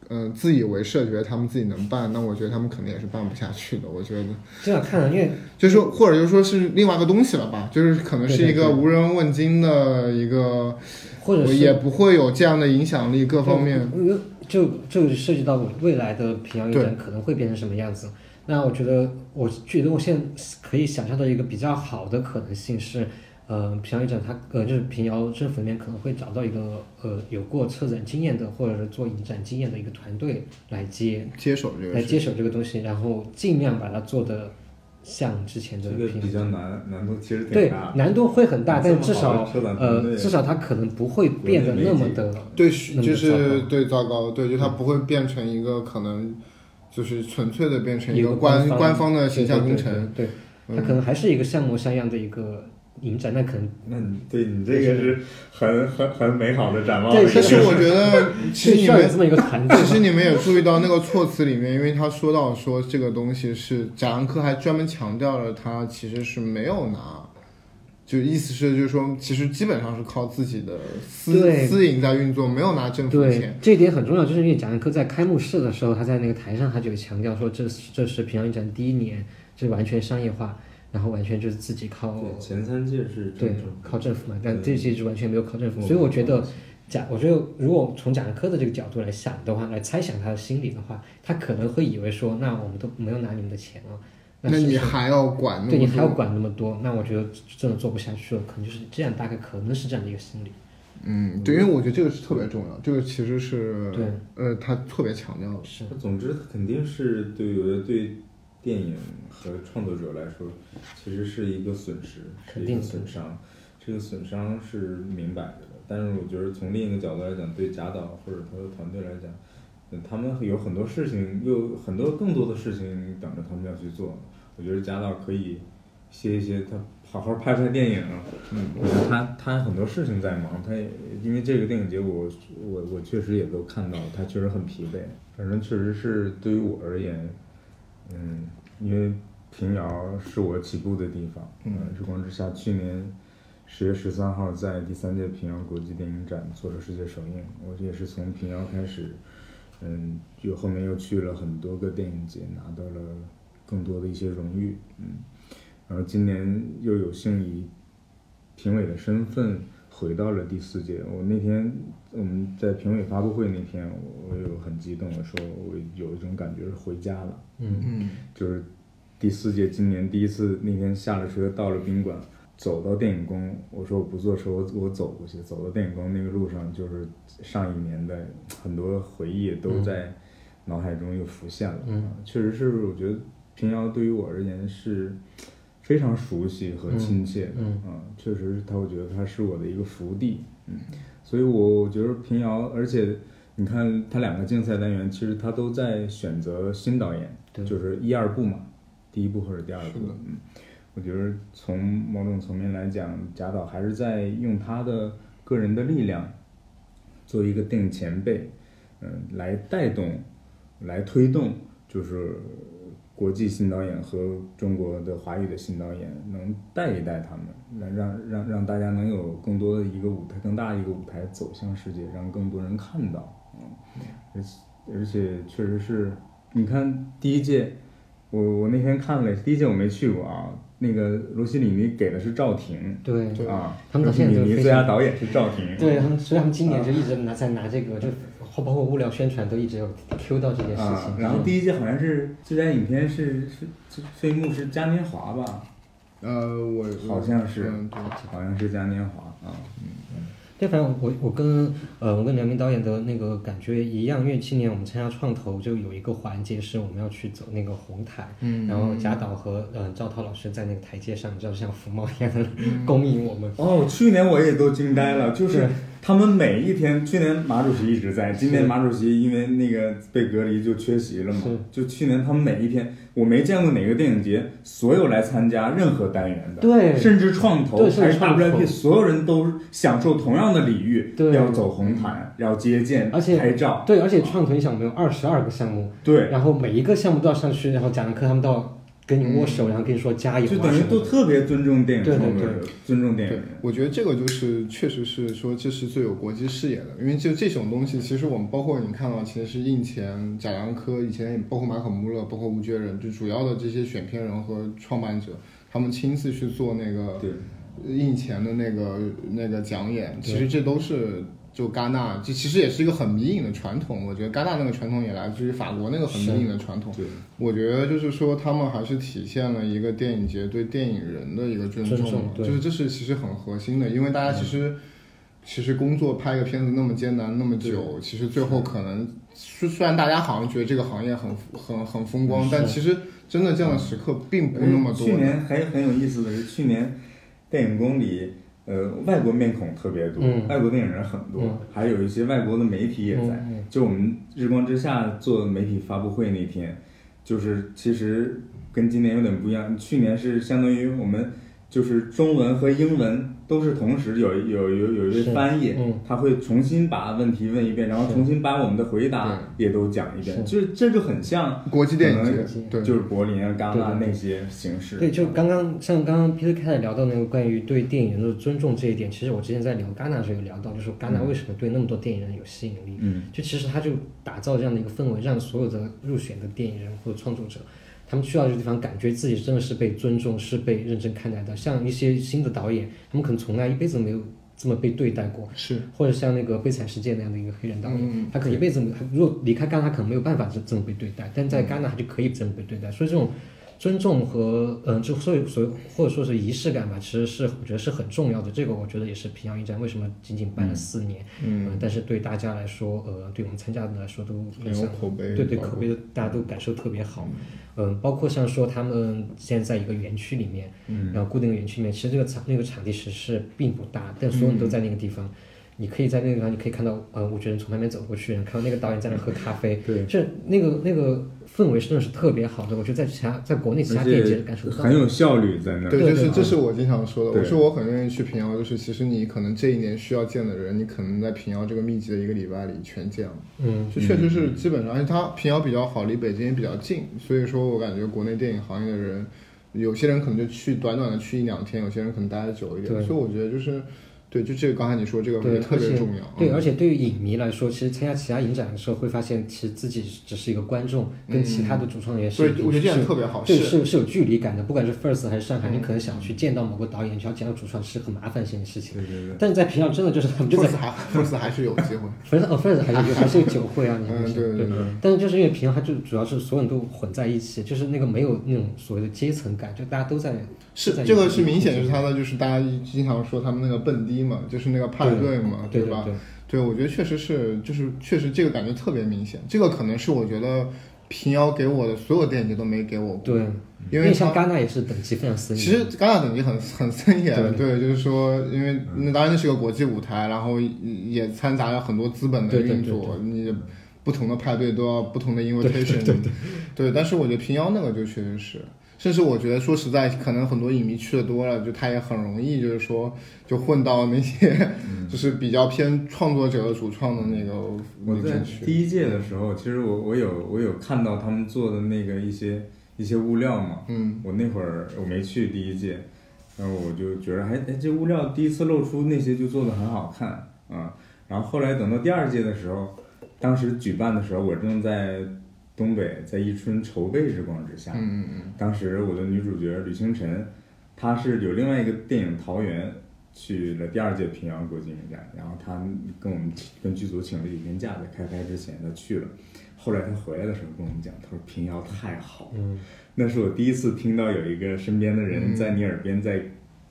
嗯、呃自以为是，觉得他们自己能办，那我觉得他们肯定也是办不下去的。我觉得，这样看了，因为就是说或者就说是另外一个东西了吧，就是可能是一对个对对无人问津的一个，或者是也不会有这样的影响力，各方面。因为就就涉及到我未来的平遥影对展可能会变成什么样子。那我觉得，我觉得我现在可以想象到一个比较好的可能性是，呃，平遥影展它呃就是平遥政府里面可能会找到一个呃有过策展经验的或者是做影展经验的一个团队来接接手这个来事情，接手这个东西，然后尽量把它做的像之前这的个平遥比较难，难度其实挺对大的。难度会很大，这但么至好少的策展团队呃至少它可能不会变得国内那没么几个的对，那么就糟是糕对糟糕，对，就它不会变成一个可能，就是纯粹的变成一一个个官官官方方的形象工程。对，嗯它可能还是一个像模像样的一个影展，那可能那你对你这个是很很很美好的展望。对但是我觉得，其实需你要有们这么一个团队 其。实你们也注意到那个措辞里面，因为他说到说这个东西是贾樟柯还专门强调了他其实是没有拿就意思是，就是说，其实基本上是靠自己的私对私营在运作，没有拿政府对钱。，这一点很重要，就是因为贾樟柯在开幕式的时候，他在那个台上，他就有强调说这，是这是平遥影展第一年，这完全商业化，然后完全就是自己靠对，前三届是对正常靠政府嘛，但这对些就完全没有靠政府，所以我觉得贾，我觉得如果从贾樟柯的这个角度来想的话，来猜想他的心理的话，他可能会以为说，那我们都没有拿你们的钱了，那是不你是还要管对那么你还要多？管那么多，那我觉得真的做不下去了，可能就是这样，大概可能是这样的一个心理，嗯，对，因为我觉得这个是特别重要，这个其实是对，呃，他特别强调的。是，总之，肯定是对有的对电影和创作者来说，其实是一个损失，肯是一定个是损伤。这个损伤是明摆着的，但是我觉得从另一个角度来讲，对贾导或者他的团队来讲，嗯他们有很多事情，有很多更多的事情等着他们要去做。我觉得贾导可以歇一歇，他好好拍拍电影。嗯，我觉得他他很多事情在忙，他也因为这个电影节我，我我确实也都看到，他确实很疲惫。反正确实是对于我而言，嗯，因为平遥是我起步的地方。嗯呃日光之下去年十月十三号在第三届平遥国际电影展做了世界首映，我也是从平遥开始，嗯，就后面又去了很多个电影节，拿到了更多的一些荣誉，嗯，然后今年又有幸以评委的身份回到了第四届。我那天我们在评委发布会那天，我我有很激动，我说我有一种感觉是回家了，嗯，嗯，就是第四届今年第一次那天下了车到了宾馆，走到电影宫，我说我不坐车，我我走过去，走到电影宫那个路上，就是上一年的很多回忆都在脑海中又浮现了。嗯啊确实是，我觉得平遥对于我而言是非常熟悉和亲切的。嗯啊，确实是他，我觉得他是我的一个福地。嗯，所以我我觉得平遥，而且你看他两个竞赛单元，其实他都在选择新导演，对就是一二部嘛，第一部或者第二部。嗯，我觉得从某种层面来讲，贾导还是在用他的个人的力量，作为一个电影前辈，嗯，来带动、来推动，就是国际新导演和中国的华语的新导演能带一带他们，来让让让大家能有更多的一个舞台，更大的一个舞台走向世界，让更多人看到。嗯，而且而且确实是，你看第一届，我我那天看了，第一届我没去过啊。那个罗西里尼给的是赵婷，对。对啊，他们到现在都罗西里尼非最常佳导演是赵婷，对，他们所以他们今年就一直拿在拿这个，就包括物料宣传都一直有 Q 到这件事啊情。，然后第一届好像是最佳影片是是是飞幕是嘉年华吧？呃，我好像是嗯，对好像是嘉年华啊。对，反正我我跟呃我跟梁明导演的那个感觉一样，因为今年我们参加创投就有一个环节是我们要去走那个红毯，嗯然后贾导和呃赵涛老师在那个台阶上，你知道像福猫一样的 恭迎我们。哦，去年我也都惊呆了，就是他们每一天，去年马主席一直在，今年马主席因为那个被隔离就缺席了嘛是，就去年他们每一天，我没见过哪个电影节所有来参加任何单元的，对甚至创投对还甚是至创投 WIP，所有人都享受同样的礼遇，对要走红毯，要接见，而且拍照，对，而且创投你想我们有二十二个项目，对，然后每一个项目都要上去，然后贾樟柯他们都要跟你握手，然后跟你说加油嗯就啊等于什么都的。特别尊重电影对对创作者，尊重电影对人，，我觉得这个就是确实是说这是最有国际视野的，因为就这种东西，其实我们包括你看到，其实是印前、贾樟柯，以前也包括马可·穆勒，包括吴觉人，就主要的这些选片人和创办者，他们亲自去做那个对。印前的那个那个讲演，对其实这都是就戛纳，这其实也是一个很迷影的传统。我觉得戛纳那个传统也来自于法国那个很迷影的传统。对，我觉得就是说，他们还是体现了一个电影节对电影人的一个尊重嘛，尊重对就是这是其实很核心的，因为大家其实、其实工作拍个片子那么艰难那么久，其实最后可能虽虽然大家好像觉得这个行业很很很风光，但其实真的这样的时刻并不那么多。呃嗯去年还很有意思的是，去年电影宫里，呃，外国面孔特别多，嗯外国电影人很多，嗯还有一些外国的媒体也在。嗯嗯就我们日光之下做媒体发布会那天，就是其实跟今年有点不一样。去年是相当于我们就是中文和英文都是同时有有有有一位是翻译，嗯他会重新把问题问一遍，然后是重新把我们的回答也都讲一遍，就是这就很像国际电影可能节，对，就是柏林啊、戛纳对对对那些形式。对，就刚刚像刚刚 Peter 开始聊到那个关于对电影人的尊重这一点，其实我之前在聊戛纳的时候有聊到，就是说戛纳为什么对那么多电影人有吸引力，嗯，就其实他就打造这样的一个氛围，让所有的入选的电影人或者创作者，他们去到这个地方，感觉自己真的是被尊重，是被认真看待的。像一些新的导演，他们可能从来一辈子没有这么被对待过，是或者像那个《悲惨世界》那样的一个黑人导演，嗯他可能一辈子没有，他如果离开戛纳，可能没有办法这这么被对待，但在戛纳他就可以这么被对待，所以这种尊重和嗯、呃，就所以所以或者说是仪式感吧，其实是我觉得是很重要的。这个我觉得也是平遥影展为什么仅仅办了四年，嗯呃但是对大家来说，呃，对我们参加的来说都很有口碑，对对，包括口碑大家都感受特别好。嗯，包括像说他们现在在一个园区里面，然后固定的园区里面，其实这个场那个场地其实是并不大，但所有人都在那个地方。你可以在那个地方，你可以看到，呃，我觉得从旁边走过去，看到那个导演在那喝咖啡，对这那个那个氛围真的是特别好的。我觉得在其他在国内其他而电影节且都感受不到。很有效率在那儿。对，对这对是啊这是我经常说的。对我说我很愿意去平遥，就是其实你可能这一年需要见的人，你可能在平遥这个密集的一个礼拜里全见了。嗯，就确实是基本上，而且它平遥比较好，离北京也比较近，所以说我感觉国内电影行业的人，有些人可能就去短短的去一两天，有些人可能待的久一点。对所以我觉得就是，对，就这个刚才你说这个问对，题特而别且重要。嗯对，而且且对于影迷来说，其实参加其他影展的时候，会发现其实自己只是一个观众，跟其他的主创人员所是以嗯我觉得这是样特别好，对，是嗯是是有距离感的。不管是 First 还是上海，你可能想去见到某个导演，想要见到主创是很麻烦一件事情。对对对。但是在平遥真的就是他们就在 First 还 First 还是有机 会。 First 哦 First 还是还是有酒会啊，你嗯们是对对对。但是就是因为平遥，它就主要是所有人都混在一起，就是那个没有那种所谓的阶层感，就大家都在是在这一个个是明显就空间是他的，就是大家经常说他们那个蹦迪嘛，就是那个派啊对嘛，对吧？对，对，我觉得确实是，就是确实这个感觉特别明显。这个可能是我觉得平遥给我的所有电影节都没给我过，对，因为为像它戛纳也是等级非常森其严。实戛纳等级很很森严，对，就是说，因为那当然那是个国际舞台，然后也掺杂了很多资本的对对运对作，你不同的派对都要不同的 invitation，对但是我觉得平遥那个就确实是。甚至我觉得，说实在，可能很多影迷去的多了，就他也很容易，就是说，就混到那些， 就是比较偏创作者的主创的那个我里在面去。第一届的时候，其实我我有我有看到他们做的那个一些一些物料嘛，嗯，我那会儿我没去第一届，然后我就觉得，哎哎，这物料第一次露出那些就做的很好看啊、然后后来等到第二届的时候，当时举办的时候，我正在东北，在伊春筹备《日光之下》嗯嗯嗯，当时我的女主角吕星辰，她是有另外一个电影《桃园》去了第二届平遥国际影展，然后她跟我们跟剧组请了几天假，在开拍之前她去了，后来她回来的时候跟我们讲，她说平遥太好了，嗯那是我第一次听到有一个身边的人在你耳边在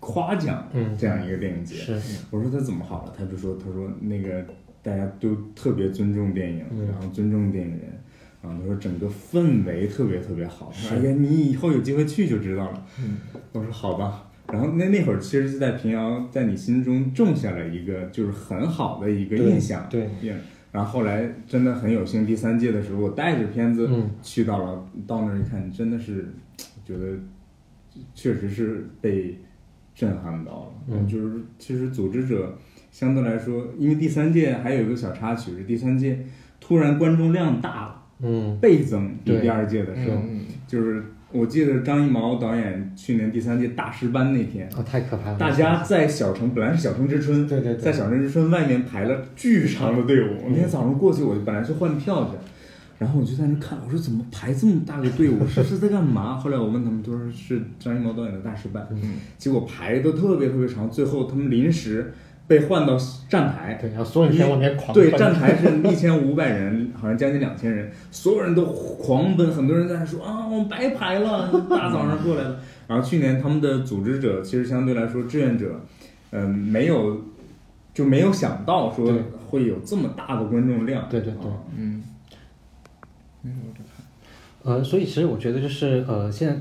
夸奖嗯这样一个电影节，是我说他怎么好了？他就说，他说那个大家都特别尊重电影，然后尊重电影人，啊，他说整个氛围特别特别好。他说哎呀，你以后有机会去就知道了。我说好吧。然后那那会儿其实就在平遥，在你心中种下了一个就是很好的一个对印象。对也然后后来真的很有幸，第三届的时候，我带着片子嗯去到了，到那儿一看，真的是觉得确实是被震撼到了。嗯就是其实组织者相对来说，因为第三届还有一个小插曲是第三届突然观众量大了，嗯倍增比对第二届的时候，嗯就是我记得张艺谋导演去年第三届大师班那天，啊，太可怕了。大家在小城，本来是小城之春，对对对嗯在小城之春外面排了巨长的队伍。我那天早上过去，我就本来去换票去，然后我就在那看，我说怎么排这么大个队伍，是是在干嘛？后来我问他们，都说是张艺谋导演的大师班，嗯结果排的特别特别长，最后他们临时被换到站台，对，然后所有人在往里面狂对，奔站 台是一千五百人，好像将近两千人，所有人都狂奔，很多人在那说啊，我们白排了，大早上过 来了。然后去年他们的组织者其实相对来说志愿者，嗯、没有就没有想到说对会有这么大的观众量，对对对啊嗯，呃，所以其实我觉得就是呃，现在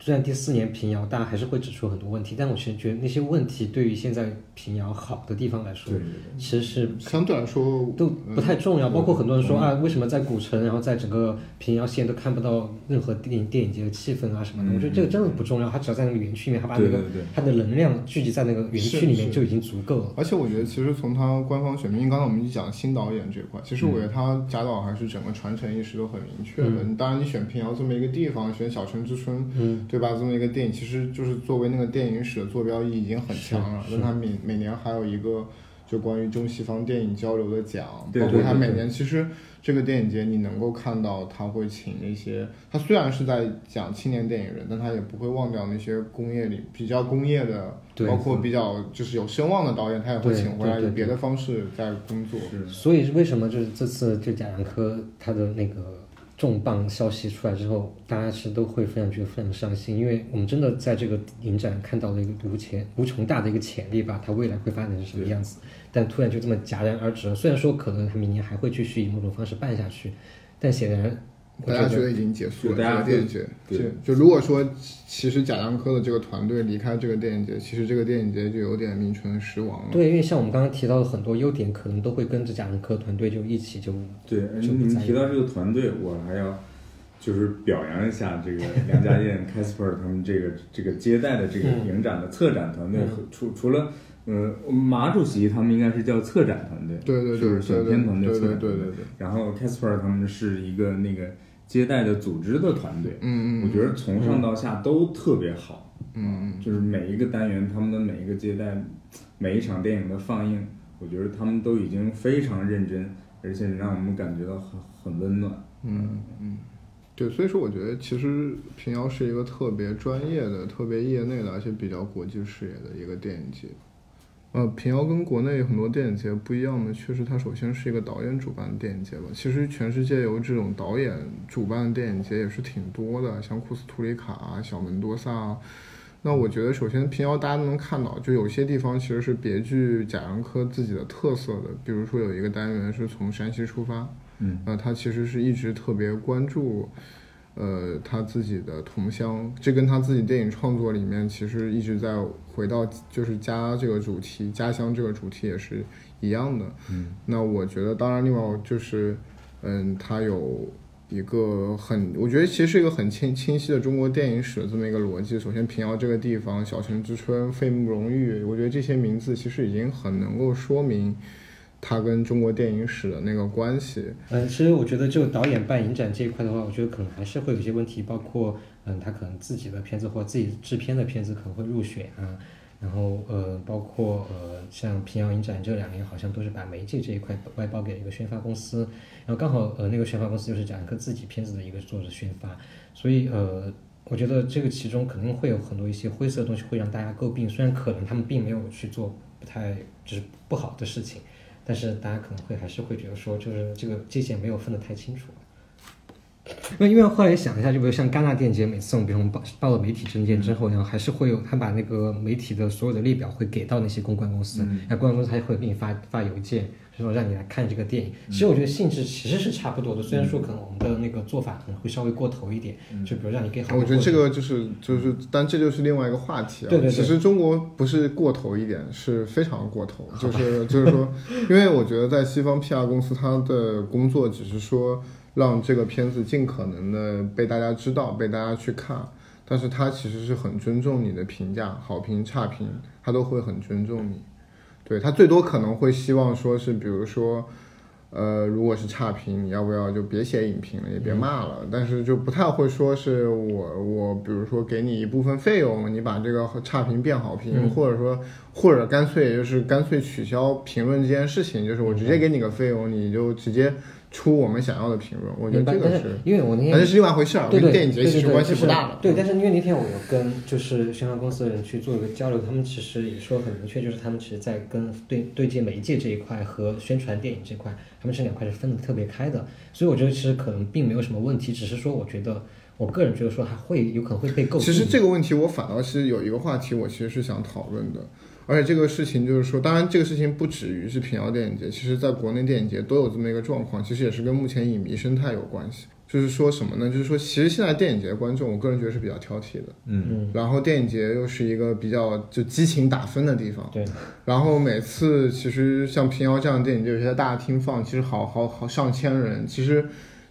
虽然第四年平遥，大家还是会指出很多问题，但我其实觉得那些问题对于现在平遥好的地方来说对，其实是嗯相对来说都不太重要。嗯包括很多人说嗯啊，为什么在古城，然后在整个平遥县都看不到任何电影电影节的气氛啊什么的？嗯我觉得这个真的不重要，他只要在那个园区里面，他把那对个对对，他的能量聚集在那个园区里是面是就已经足够了。而且我觉得，其实从他官方选片，因为刚才我们一讲新导演这一块，其实嗯我觉得他贾导还是整个传承意识都很明确的。嗯你当然，你选平遥这么一个地方，选《小城之春》，嗯，对吧？这么一个电影，其实就是作为那个电影史的坐标意义已经很强了。是是那他每每年还有一个就关于中西方电影交流的奖，对包括对他对每对年其实这个电影节你能够看到他会请那些，他虽然是在讲青年电影人，但他也不会忘掉那些工业里比较工业的，对包括比较就是有声望的导演，他也会对请回来对对以别的方式在工作。是所以为什么就是这次就贾樟柯他的那个重磅消息出来之后，大家是都会非常觉得非常伤心，因为我们真的在这个影展看到了一个无前无穷大的一个潜力吧，它未来会发展成什么样子，但突然就这么戛然而止了。虽然说可能他明年还会继续以某种方式办下去，但显然我大觉家觉得得已经结束了就大这家个电影节，对对就就如果说其实贾樟柯的这个团队离开这个电影节，其实这个电影节就有点名存实亡了。对，因为像我们刚刚提到的很多优点，可能都会跟着贾樟柯团队就一起就对，哎就不你们在提意到这个团队，我还要就是表扬一下这个梁 家燕、Casper 他们这个这个接待的这个嗯影展的策展团队，除除了嗯、马主席他们应该是叫策展团队，对对是对不是对选对片团队、对策对展对团队对，对，然后 Casper 他们是一个那个接待的组织的团队，嗯嗯，我觉得从上到下都特别好。嗯嗯啊就是每一个单元，他们的每一个接待，每一场电影的放映，我觉得他们都已经非常认真，而且让我们感觉到很很温暖。嗯嗯，对，所以说我觉得其实平遥是一个特别专业的、特别业内的，而且比较国际视野的一个电影节。呃，平遥跟国内很多电影节不一样的，确实它首先是一个导演主办的电影节吧。其实全世界有这种导演主办的电影节也是挺多的，像库斯图里卡啊、小门多萨啊。那我觉得，首先平遥大家都能看到，就有些地方其实是别具贾樟柯自己的特色的，比如说有一个单元是从山西出发，嗯，那他其实是一直特别关注，呃，他自己的同乡，这跟他自己电影创作里面其实一直在回到就是家这个主题、家乡这个主题也是一样的。嗯，那我觉得，当然，另外就是，嗯，他有。一个很，我觉得其实是一个很清清晰的中国电影史这么一个逻辑。首先，平遥这个地方，小城之春、费穆荣誉，我觉得这些名字其实已经很能够说明它跟中国电影史的那个关系。嗯，其实我觉得就导演办影展这一块的话，我觉得可能还是会有一些问题，包括嗯，他可能自己的片子或自己制片的片子可能会入选啊，然后呃，包括呃，像平遥影展这两年好像都是把媒介这一块外包给了一个宣发公司，然后刚好呃那个宣发公司就是贾樟柯自己片子的一个作者宣发，所以呃。我觉得这个其中肯定会有很多一些灰色的东西会让大家诟病，虽然可能他们并没有去做不太就是不好的事情，但是大家可能会还是会觉得说，就是这个界限没有分得太清楚。 那因为后来想一下，就比如像戛纳电影节，每次我们比如我们报报了媒体证件之后，然后还是会有他把那个媒体的所有的列表会给到那些公关公司，嗯那公关公司还会给你发发邮件，就说让你来看这个电影。其实我觉得性质其实是差不多的，虽然说可能我们的那个做法可能会稍微过头一点，嗯就比如让你给好。我觉得这个就是就是，但这就是另外一个话题啊。对对对其实中国不是过头一点，是非常过头，就是就是说，因为我觉得在西方 PR 公司，它的工作只是说让这个片子尽可能的被大家知道，被大家去看。但是它其实是很尊重你的评价，好评、差评，它都会很尊重你。对他最多可能会希望说是，比如说，呃，如果是差评，你要不要就别写影评了，也别骂了。嗯但是就不太会说是我我，比如说给你一部分费用，你把这个差评变好评，嗯或者说或者干脆就是干脆取消评论这件事情，就是我直接给你个费用，你就直接出我们想要的评论。我觉明得白这个但是，因为我那天反正是另外一回事儿，对跟对电影节其对实对关系就不是大的。嗯对，但是因为那天我有跟就是宣传公司的人去做一个交流，他们其实也说很明确，就是他们其实在跟对对接媒介这一块和宣传电影这块，他们这两块是分得特别开的。所以我觉得其实可能并没有什么问题，只是说我觉得我个人觉得说还会有可能会被诟病。其实这个问题，我反倒是有一个话题，我其实是想讨论的。而且这个事情就是说，当然这个事情不止于是平遥电影节，其实在国内电影节都有这么一个状况，其实也是跟目前影迷生态有关系。就是说什么呢？就是说，其实现在电影节观众，我个人觉得是比较挑剔的。嗯，然后电影节又是一个比较就激情打分的地方，对。然后每次其实像平遥这样的电影节，有些大厅放，其实好好好上千人，其实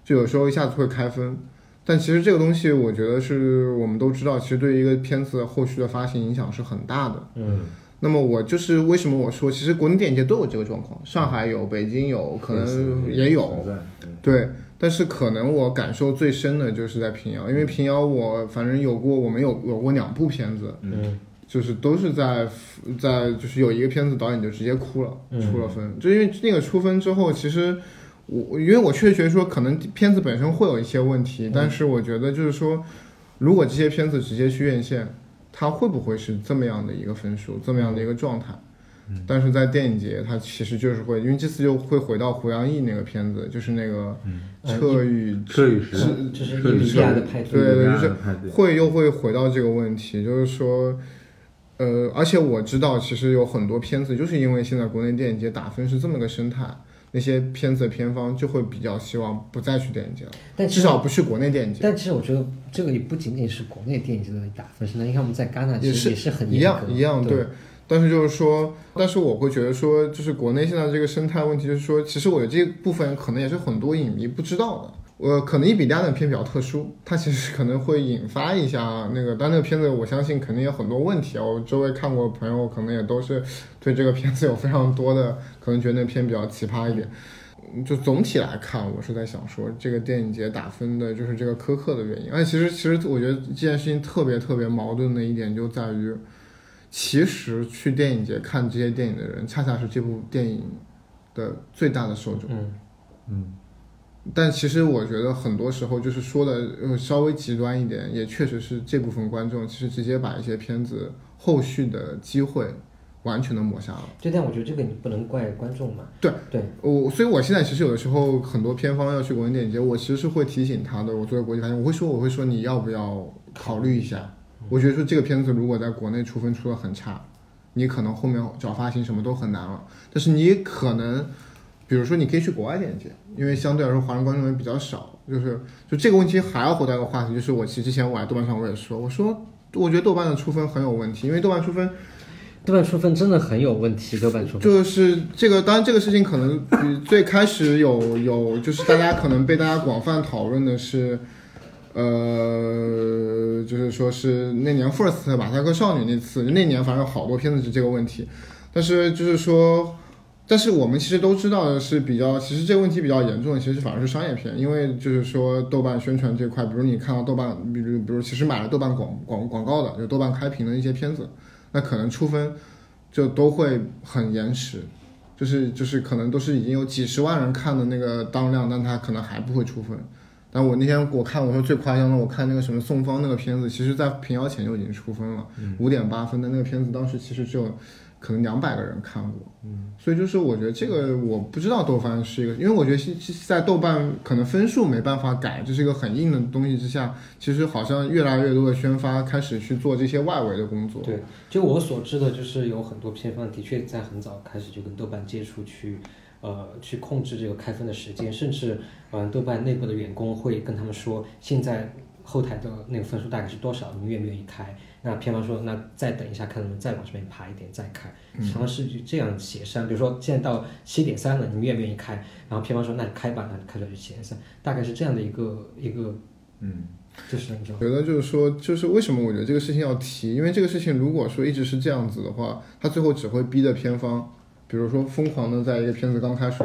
就有时候一下子会开分。但其实这个东西，我觉得是我们都知道，其实对于一个片子后续的发行影响是很大的。嗯，那么我就是为什么我说，其实国内电影节都有这个状况，上海有，北京有，可能也有。存在，对对，但是可能我感受最深的就是在平遥，因为平遥我反正有过，我们有有过两部片子，嗯，就是都是在在就是有一个片子导演就直接哭了，出了分，就因为那个出分之后，其实我因为我确实觉得说可能片子本身会有一些问题，但是我觉得就是说，如果这些片子直接去院线，它会不会是这么样的一个分数，这么样的一个状态？但是在电影节，它其实就是会，因为这次又会回到胡杨毅那个片子，就是那个嗯彻雨彻雨这时是这是彻伊雨比利时亚的派对对，对就是派对会又会回到这个问题，就是说，呃，而且我知道，其实有很多片子，就是因为现在国内电影节打分是这么个生态，那些片子的片方就会比较希望不再去电影节了，但至其实少不去国内电影节，但其实我觉得这个也不仅仅是国内电影节的打分是呢，你看我们在戛纳其也实是也是很一严样格，一样对，对。但是就是说，但是我会觉得说，就是国内现在这个生态问题，就是说，其实我有这部分可能也是很多影迷不知道的。呃，可能伊比利亚那片比较特殊，它其实可能会引发一下那个，但那个片子我相信肯定有很多问题啊。我周围看过的朋友可能也都是对这个片子有非常多的，可能觉得那片比较奇葩一点。嗯就总体来看，我是在想说，这个电影节打分的就是这个苛刻的原因。而且其实其实我觉得这件事情特别特别矛盾的一点就在于，其实去电影节看这些电影的人，恰恰是这部电影的最大的受众。嗯嗯但其实我觉得很多时候就是说的呃稍微极端一点，也确实是这部分观众其实直接把一些片子后续的机会完全的抹杀了。对，但我觉得这个你不能怪观众嘛，对对，我所以，我现在其实有的时候很多片方要去国内电影节，我其实是会提醒他的。我作为国际发行，我会说，我会说你要不要考虑一下？我觉得说这个片子如果在国内出分出的很差，你可能后面找发行什么都很难了。但是你可能，比如说你可以去国外电影节，因为相对来说华人观众也比较少。就是就这个问题还要回到一个话题，就是我其实之前我在豆瓣上我也说，我说我觉得豆瓣的出分很有问题，因为豆瓣出分豆瓣出分真的很有问题，豆瓣出分。就是这个，当然这个事情可能比最开始有有，就是大家可能被大家广泛讨论的是，呃，就是说是那年福尔斯特马赛克少女那次，那年反正有好多片子是这个问题，但是就是说。但是我们其实都知道的是比较，其实这个问题比较严重的，其实反而是商业片，因为就是说豆瓣宣传这块，比如你看到豆瓣，比如比如其实买了豆瓣广广广告的，有豆瓣开屏的一些片子，那可能出分就都会很延迟，就是就是可能都是已经有几十万人看的那个当量，但它可能还不会出分。但我那天我看我说最夸张的，我看那个什么宋芳那个片子，其实在平遥前就已经出分了，五点八分的那个片子，当时其实只有可能两百个人看过。嗯，所以就是我觉得这个我不知道豆瓣是一个，因为我觉得是是在豆瓣可能分数没办法改，这、是一个很硬的东西之下，其实好像越来越多的宣发开始去做这些外围的工作。对，就我所知的，就是有很多片方的确在很早开始就跟豆瓣接触去，呃，去控制这个开分的时间，甚至嗯、呃豆瓣内部的员工会跟他们说，现在后台的那个分数大概是多少，你们愿不愿意开？那片方说，那再等一下，看能不能再往上面爬一点再开，尝试去这样协商。比如说现在到七点三了，你们愿不愿意开？然后片方说，那就开吧，那就开出来就七点三，大概是这样的一个一个嗯，就是那种。觉得就是说，就是为什么我觉得这个事情要提，因为这个事情如果说一直是这样子的话，它最后只会逼着片方，比如说疯狂的在一个片子刚开始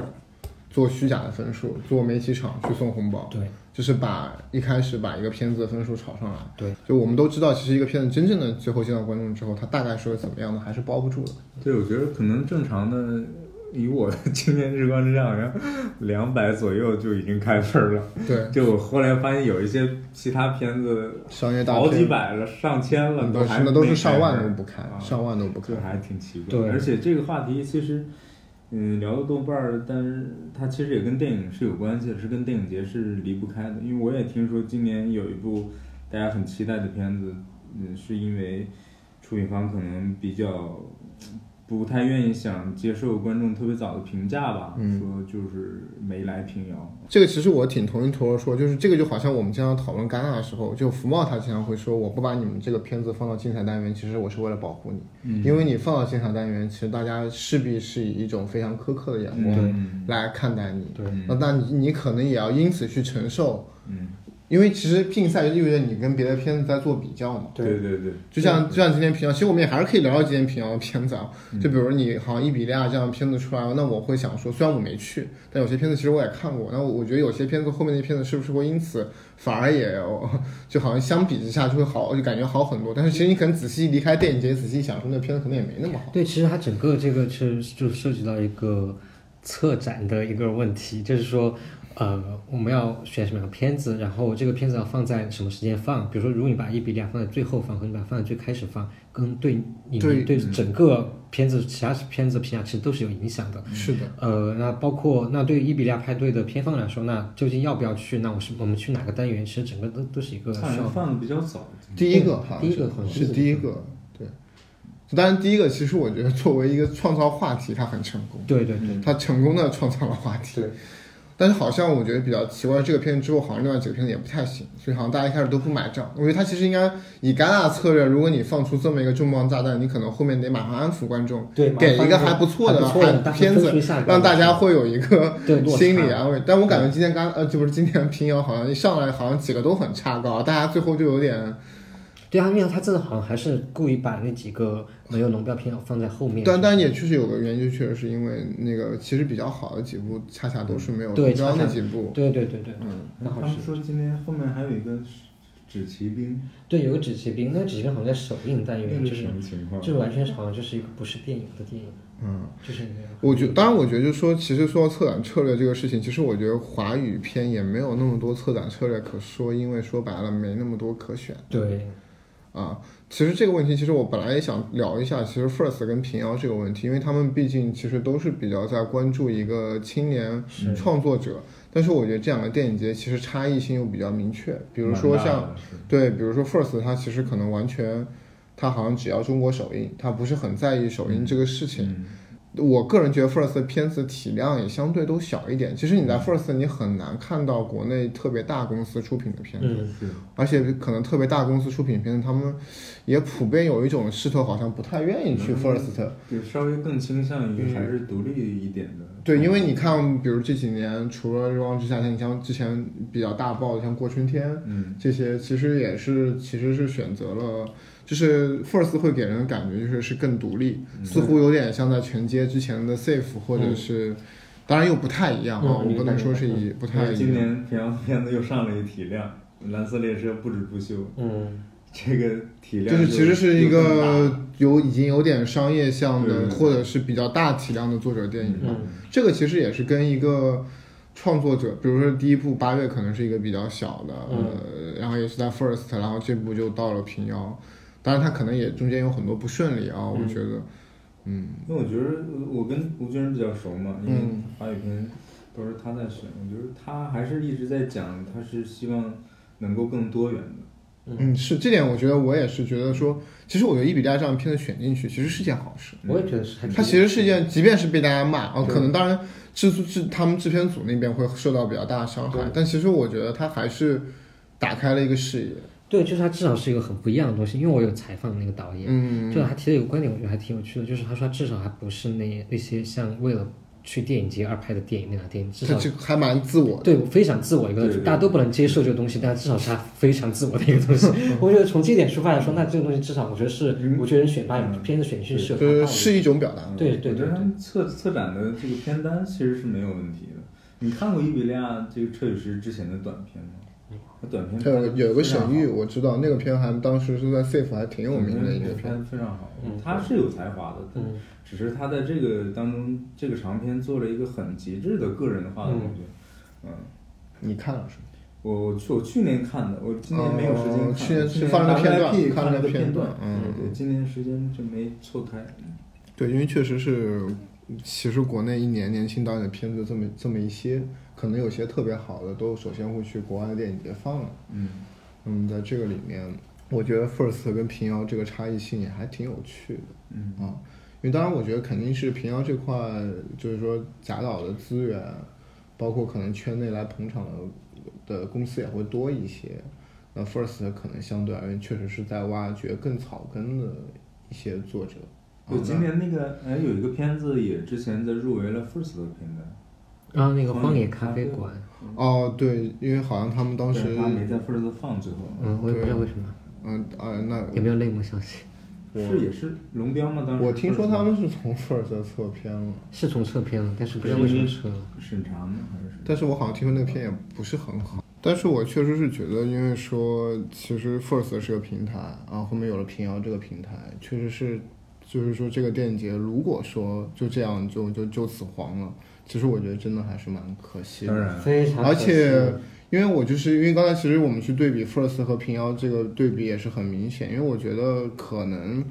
做虚假的分数，做媒体场去送红包，对，就是把一开始把一个片子的分数炒上来。对，就我们都知道，其实一个片子真正的最后见到观众之后，它大概是个怎么样的，还是包不住的。对，我觉得可能正常的，以我的经验之光之下，好像两百左右就已经开分了。对，就我后来发现有一些其他片子 商业大片好几百了、上千了，都是还那都没是上万开分都不开，啊上万都不开这。还挺奇怪。对而且这个话题其实，嗯，聊到豆瓣儿，但是它其实也跟电影是有关系的，是跟电影节是离不开的。因为我也听说今年有一部大家很期待的片子，嗯，是因为出品方可能比较不太愿意想接受观众特别早的评价吧，嗯说就是没来平遥，这个其实我挺同意陀螺说，就是这个就好像我们经常讨论戛纳的时候，就福茂他经常会说，我不把你们这个片子放到竞赛单元，其实我是为了保护你，嗯因为你放到竞赛单元，其实大家势必是以一种非常苛刻的眼光嗯来看待你，对那那你你可能也要因此去承受，嗯，呃因为其实竞赛就意味着你跟别的片子在做比较嘛。对对对，就像就像今天平遥，其实我们也还是可以聊聊今天平遥的片子啊。就比如你好像伊比利亚这样的片子出来了，那我会想说，虽然我没去，但有些片子其实我也看过。那我我觉得有些片子后面那片子是不是会因此反而也就好像相比之下就会好，就感觉好很多。但是其实你可能仔细离开电影节，仔细想说那片子可能也没那么好。对，其实它整个这个是就涉及到一个策展的一个问题，就是说，呃，我们要选什么样的片子，然后这个片子要放在什么时间放。比如说，如果你把一比两放在最后放，和你把它放在最开始放，跟对你对嗯对整个片子其他片子的评价其实都是有影响的。是的，呃，那包括那对于伊比利亚派对的片方来说，那究竟要不要去？那我是我们去哪个单元？其实整个都都是一个需看来要放的比较早，第一个好像第一个是好像是是第一个，对。当然，第一个其实我觉得作为一个创造话题，它很成功。对对嗯他成功的创造了话题。对。但是好像我觉得比较奇怪，这个片子之后好像另外几个片子也不太行，所以好像大家一开始都不买账。我觉得他其实应该以戛纳策略，如果你放出这么一个重磅炸弹，你可能后面得马上安抚观众，对，给一个还不错的还不错还大片子分数一下让大家会有一个对落心啊理差安慰。但我感觉今天戛呃，就不是今天平遥好像一上来好像几个都很差高，大家最后就有点，对啊，因为他这次好像还是故意把那几个没有龙标片放在后面。但但也确实有个原因，就确实是因为那个其实比较好的几部恰恰都是没有对龙标恰恰那几部，对对对对，嗯，那他好们是。说今天后面还有一个纸骑兵，对，有个纸骑兵，那个纸骑兵好像在首映单那元，嗯个就是什么情况？就是完全是好像就是一个不是电影的电影，嗯。就是那样。我觉当然，我觉得就是说，其实说到策展策略这个事情，其实我觉得华语片也没有那么多策展策略可说，因为说白了没那么多可选对，啊。其实这个问题，其实我本来也想聊一下，其实 First 跟平遥这个问题，因为他们毕竟其实都是比较在关注一个青年是创作者，但是我觉得这两个电影节其实差异性又比较明确，比如说像蛮大的是对，比如说 First，它其实可能完全，它好像只要中国首映，它不是很在意首映这个事情。嗯我个人觉得 First 的片子体量也相对都小一点。其实你在 First 你很难看到国内特别大公司出品的片子，嗯，是而且可能特别大公司出品的片子，他们也普遍有一种势头，好像不太愿意去嗯 First。就稍微更倾向于嗯还是独立一点的。对，因为你看，比如这几年除了《日光之下》，像你像之前比较大爆的，像《过春天》，嗯，这些其实也是其实是选择了，就是 First 会给人的感觉就是是更独立，嗯似乎有点像在承接之前的 Safe 或者是，当然又不太一样啊，嗯我不能说是一不太嗯今一样。年平遥的片子又上了一体量，《蓝色列车》不止不休，嗯，这个体量就是其实是一又更大个有已经有点商业向对对的，对或者是比较大体量的作者电影吧。嗯这个其实也是跟一个创作者，比如说第一部八月可能是一个比较小的，嗯呃，然后也是在 First，然后这部就到了平遥，当然他可能也中间有很多不顺利啊，我嗯觉得，嗯，因为我觉得我跟吴军比较熟嘛，因为嗯华语片都是他在选，我觉得他还是一直在讲，他是希望能够更多元的。嗯，是这点，我觉得我也是觉得说，其实我觉得《伊比利亚》这样的片子选进去，其实是件好事。我也觉得是还挺。它其实是一件，即便是被大家骂，哦，对可能当然制作制他们制片组那边会受到比较大的伤害对，但其实我觉得它还是打开了一个视野。对，就是它至少是一个很不一样的东西。因为我有采访那个导演，嗯，就他提了一个观点，我觉得还挺有趣的，就是他说他至少还不是那那些像为了去电影节而拍的电影那样的电影，至它少这个还蛮自我的。对，非常自我一个对对对大家都不能接受这个东西，但至少是他非常自我的一个东西。我觉得从这一点出发来说，那这个东西至少我觉得是，我觉得人选拔嗯片子选训是有它就是道理是一种表达。对对对啊我觉得他们策策展的这个片单其实是没有问题的。你看过伊比利亚这个车与石之前的短片嗯吗？他短片还有有个非常沈好玉，我知道那个片还当时是在 Safe 还挺有名的一个嗯片。拍得非常好嗯，他是有才华的，嗯只是他在这个当中这个长篇做了一个很极致的个人化的东西。嗯，你看了是吗？我我去我去年看的，我今年没有时间看，哦去年去年放了个片段 WIP 看了了个个片段段，嗯对，今年时间就没错开。嗯对，因为确实是，其实国内一年年轻导演的片子这么这么一些，可能有些特别好的都首先会去国外的电影节放了。嗯，嗯，在这个里面，我觉得 First 跟平遥这个差异性也还挺有趣的嗯啊。因为当然我觉得肯定是平遥这块，就是说贾导的资源，包括可能圈内来捧场的的公司也会多一些。那 First 可能相对而言确实是在挖掘更草根的一些作者。对，啊今年那个哎，有一个片子也之前在入围了 First 的片单，然后那个嗯荒野咖啡馆，哦，对，因为好像他们当时但，他没在 First 放，最后嗯，我也不知道为什么，嗯啊，那也没有类目消息，我是也是龙标吗？当时我听说 First 他们是从 First 测片了，是从撤片了，但是不知道为什么撤了。审查吗？还是但是我好像听说那个片也不是很好。但是我确实是觉得，因为说其实 First 是个平台，然后后面有了平遥这个平台，确实是，就是说这个电影节如果说就这样就就就此黄了，其实我觉得真的还是蛮可惜的当。然，非常可而惜且，因为我就是因为刚才其实我们去对比 First 和平遥这个对比也是很明显，因为我觉得可能，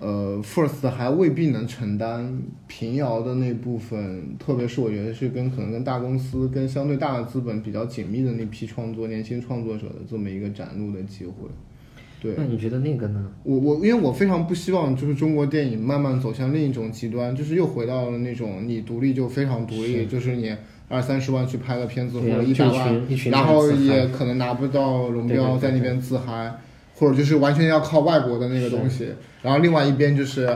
呃，First 还未必能承担平遥的那部分，特别是我觉得是跟可能跟大公司、跟相对大的资本比较紧密的那批创作年轻创作者的这么一个展露的机会。对，那你觉得那个呢？我我因为我非常不希望就是中国电影慢慢走向另一种极端，就是又回到了那种你独立就非常独立，是就是你二三十万去拍个片子或对啊者一就百一万，群一群然人后自嗨也可能拿不到龙对对标，对在那边自嗨，或者就是完全要靠外国的那个东西，然后另外一边就是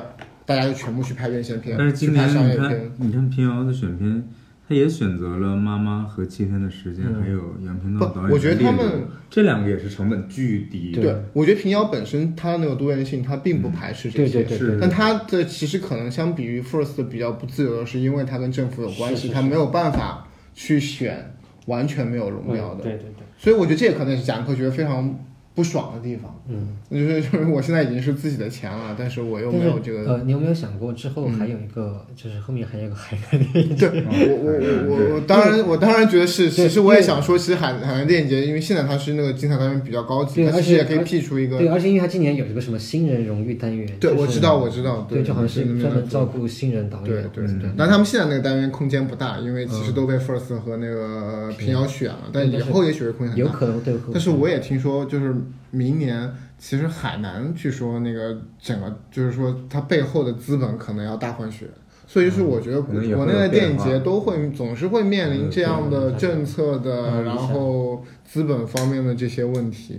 大家就全部去拍院线片，但是今年去拍商你业看片，，你看平遥的选片，他也选择了《妈妈》和《七天的时间》，嗯还有杨平道不导演的《我觉得他们猎人这两个也是成本巨低。对，我觉得平遥本身它那个多元性，它并不排斥这对些。对对是对，但它的其实可能相比于 First 比较不自由的是，因为它跟政府有关是系，是它没有办法去选完全没有嗯荣标的。对对对，所以我觉得这也可能是贾科觉得非常不爽的地方，嗯。就是 就是我现在已经是自己的钱了，但是我又但没是有这个。嗯呃，你有没有想过之后还有一个，就是后面还有一个海南电影节？对，我我我我我当然我当然觉得是，其实我也想说，其实海海南电影节，因为现在它是那个精彩单元比较高级，对它其而实且也可以而剔除一个对，。而且因为他今年有一个什么新人荣誉单元，对，就是我知道，我知道，对，就好像是那个专门名字照顾新人导演对的，对嗯对但他们现在那个单元空间不大，因为其实都被 First 和那个平遥选了，但以后也许会空间有很大。可能对。但是我也听说，就是明年其实海南据说那个整个就是说它背后的资本可能要大换血，所以就是我觉得嗯可国能也会国内的有电影变化节都会总是会面临这样的政策的，嗯然后资本方面的这些问题。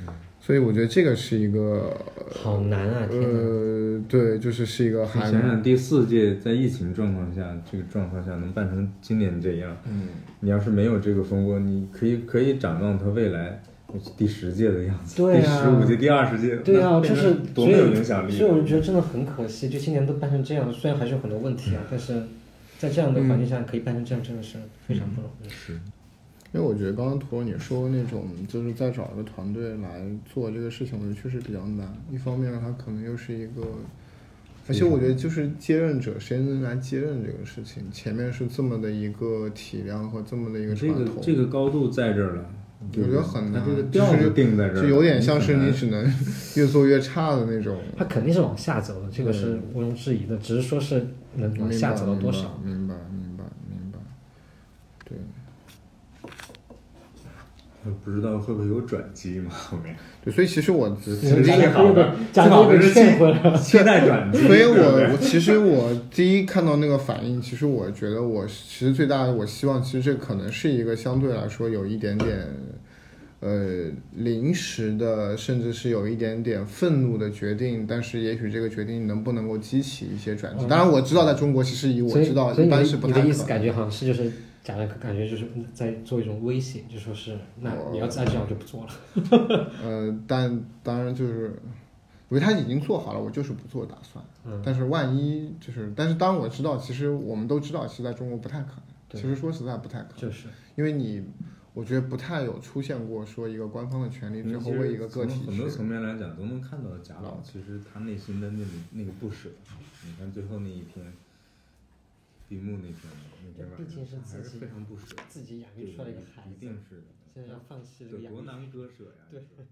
嗯所以我觉得这个是一个，好难啊！天哪，呃，对，就是是一个你海想南想，第四届在疫情状况下，这个状况下能办成今年这样，嗯，你要是没有这个风波，你可以可以展望它未来第十届的样子，对啊第十五届、第二十届，对啊，就那变成是多么有影响力所以。所以啊我就觉得真的很可惜，就今年都办成这样，虽然还是有很多问嗯题啊，但是在这样的环境下可以办成这样，真的是非常不容嗯易。因为我觉得刚刚图你说那种，就是再找一个团队来做这个事情，我觉得确实比较难。一方面，它可能又是一个，而且我觉得就是接任者谁能来接任这个事情，前面是这么的一个体量和这么的一个这传个统，这个高度在这儿了，我觉得很难它这个调就是子定在这儿了，就有点像是很你难只 能越做越差的那种。它肯定是往下走的，这个是毋庸置疑的，只是说是能嗯往明下白走到多少。？明白，明白，明白，明白对。不知道会不会有转机 嘛？后面对，所以其实我只你只是们讲最的好这个的，讲最的好这的个是劝回来了。期待 转机。所以对不对我我其实我第一看到那个反应，其实我觉得我其实最大的我希望，其实这可能是一个相对来说有一点点，呃，临时的，甚至是有一点点愤怒的决定，但是也许这个决定能不能够激起一些转机。嗯当然我知道在中国，其实以我所以，知道所以一你的般是不你太的可意思能。感觉好像是就是贾樟柯感觉就是在做一种威胁，就说是那我你要再这样我就不做了。呃，但当然就是，我觉得他已经做好了，我就是不做打算。嗯，但是万一就是，但是当然我知道，其实我们都知道，其实在中国不太可能。对其实说实在不太可能。就是因为你，我觉得不太有出现过说一个官方的权利最后为一个个体从很多层去，面来讲，都能看到贾导其实他内心的那种那个不舍。你看最后那一篇，闭幕那篇，那天晚毕竟是上自还是己非常不舍。自己养育出来一个孩一子定，是的，现在要放弃这个这养多育。难割舍呀！对你说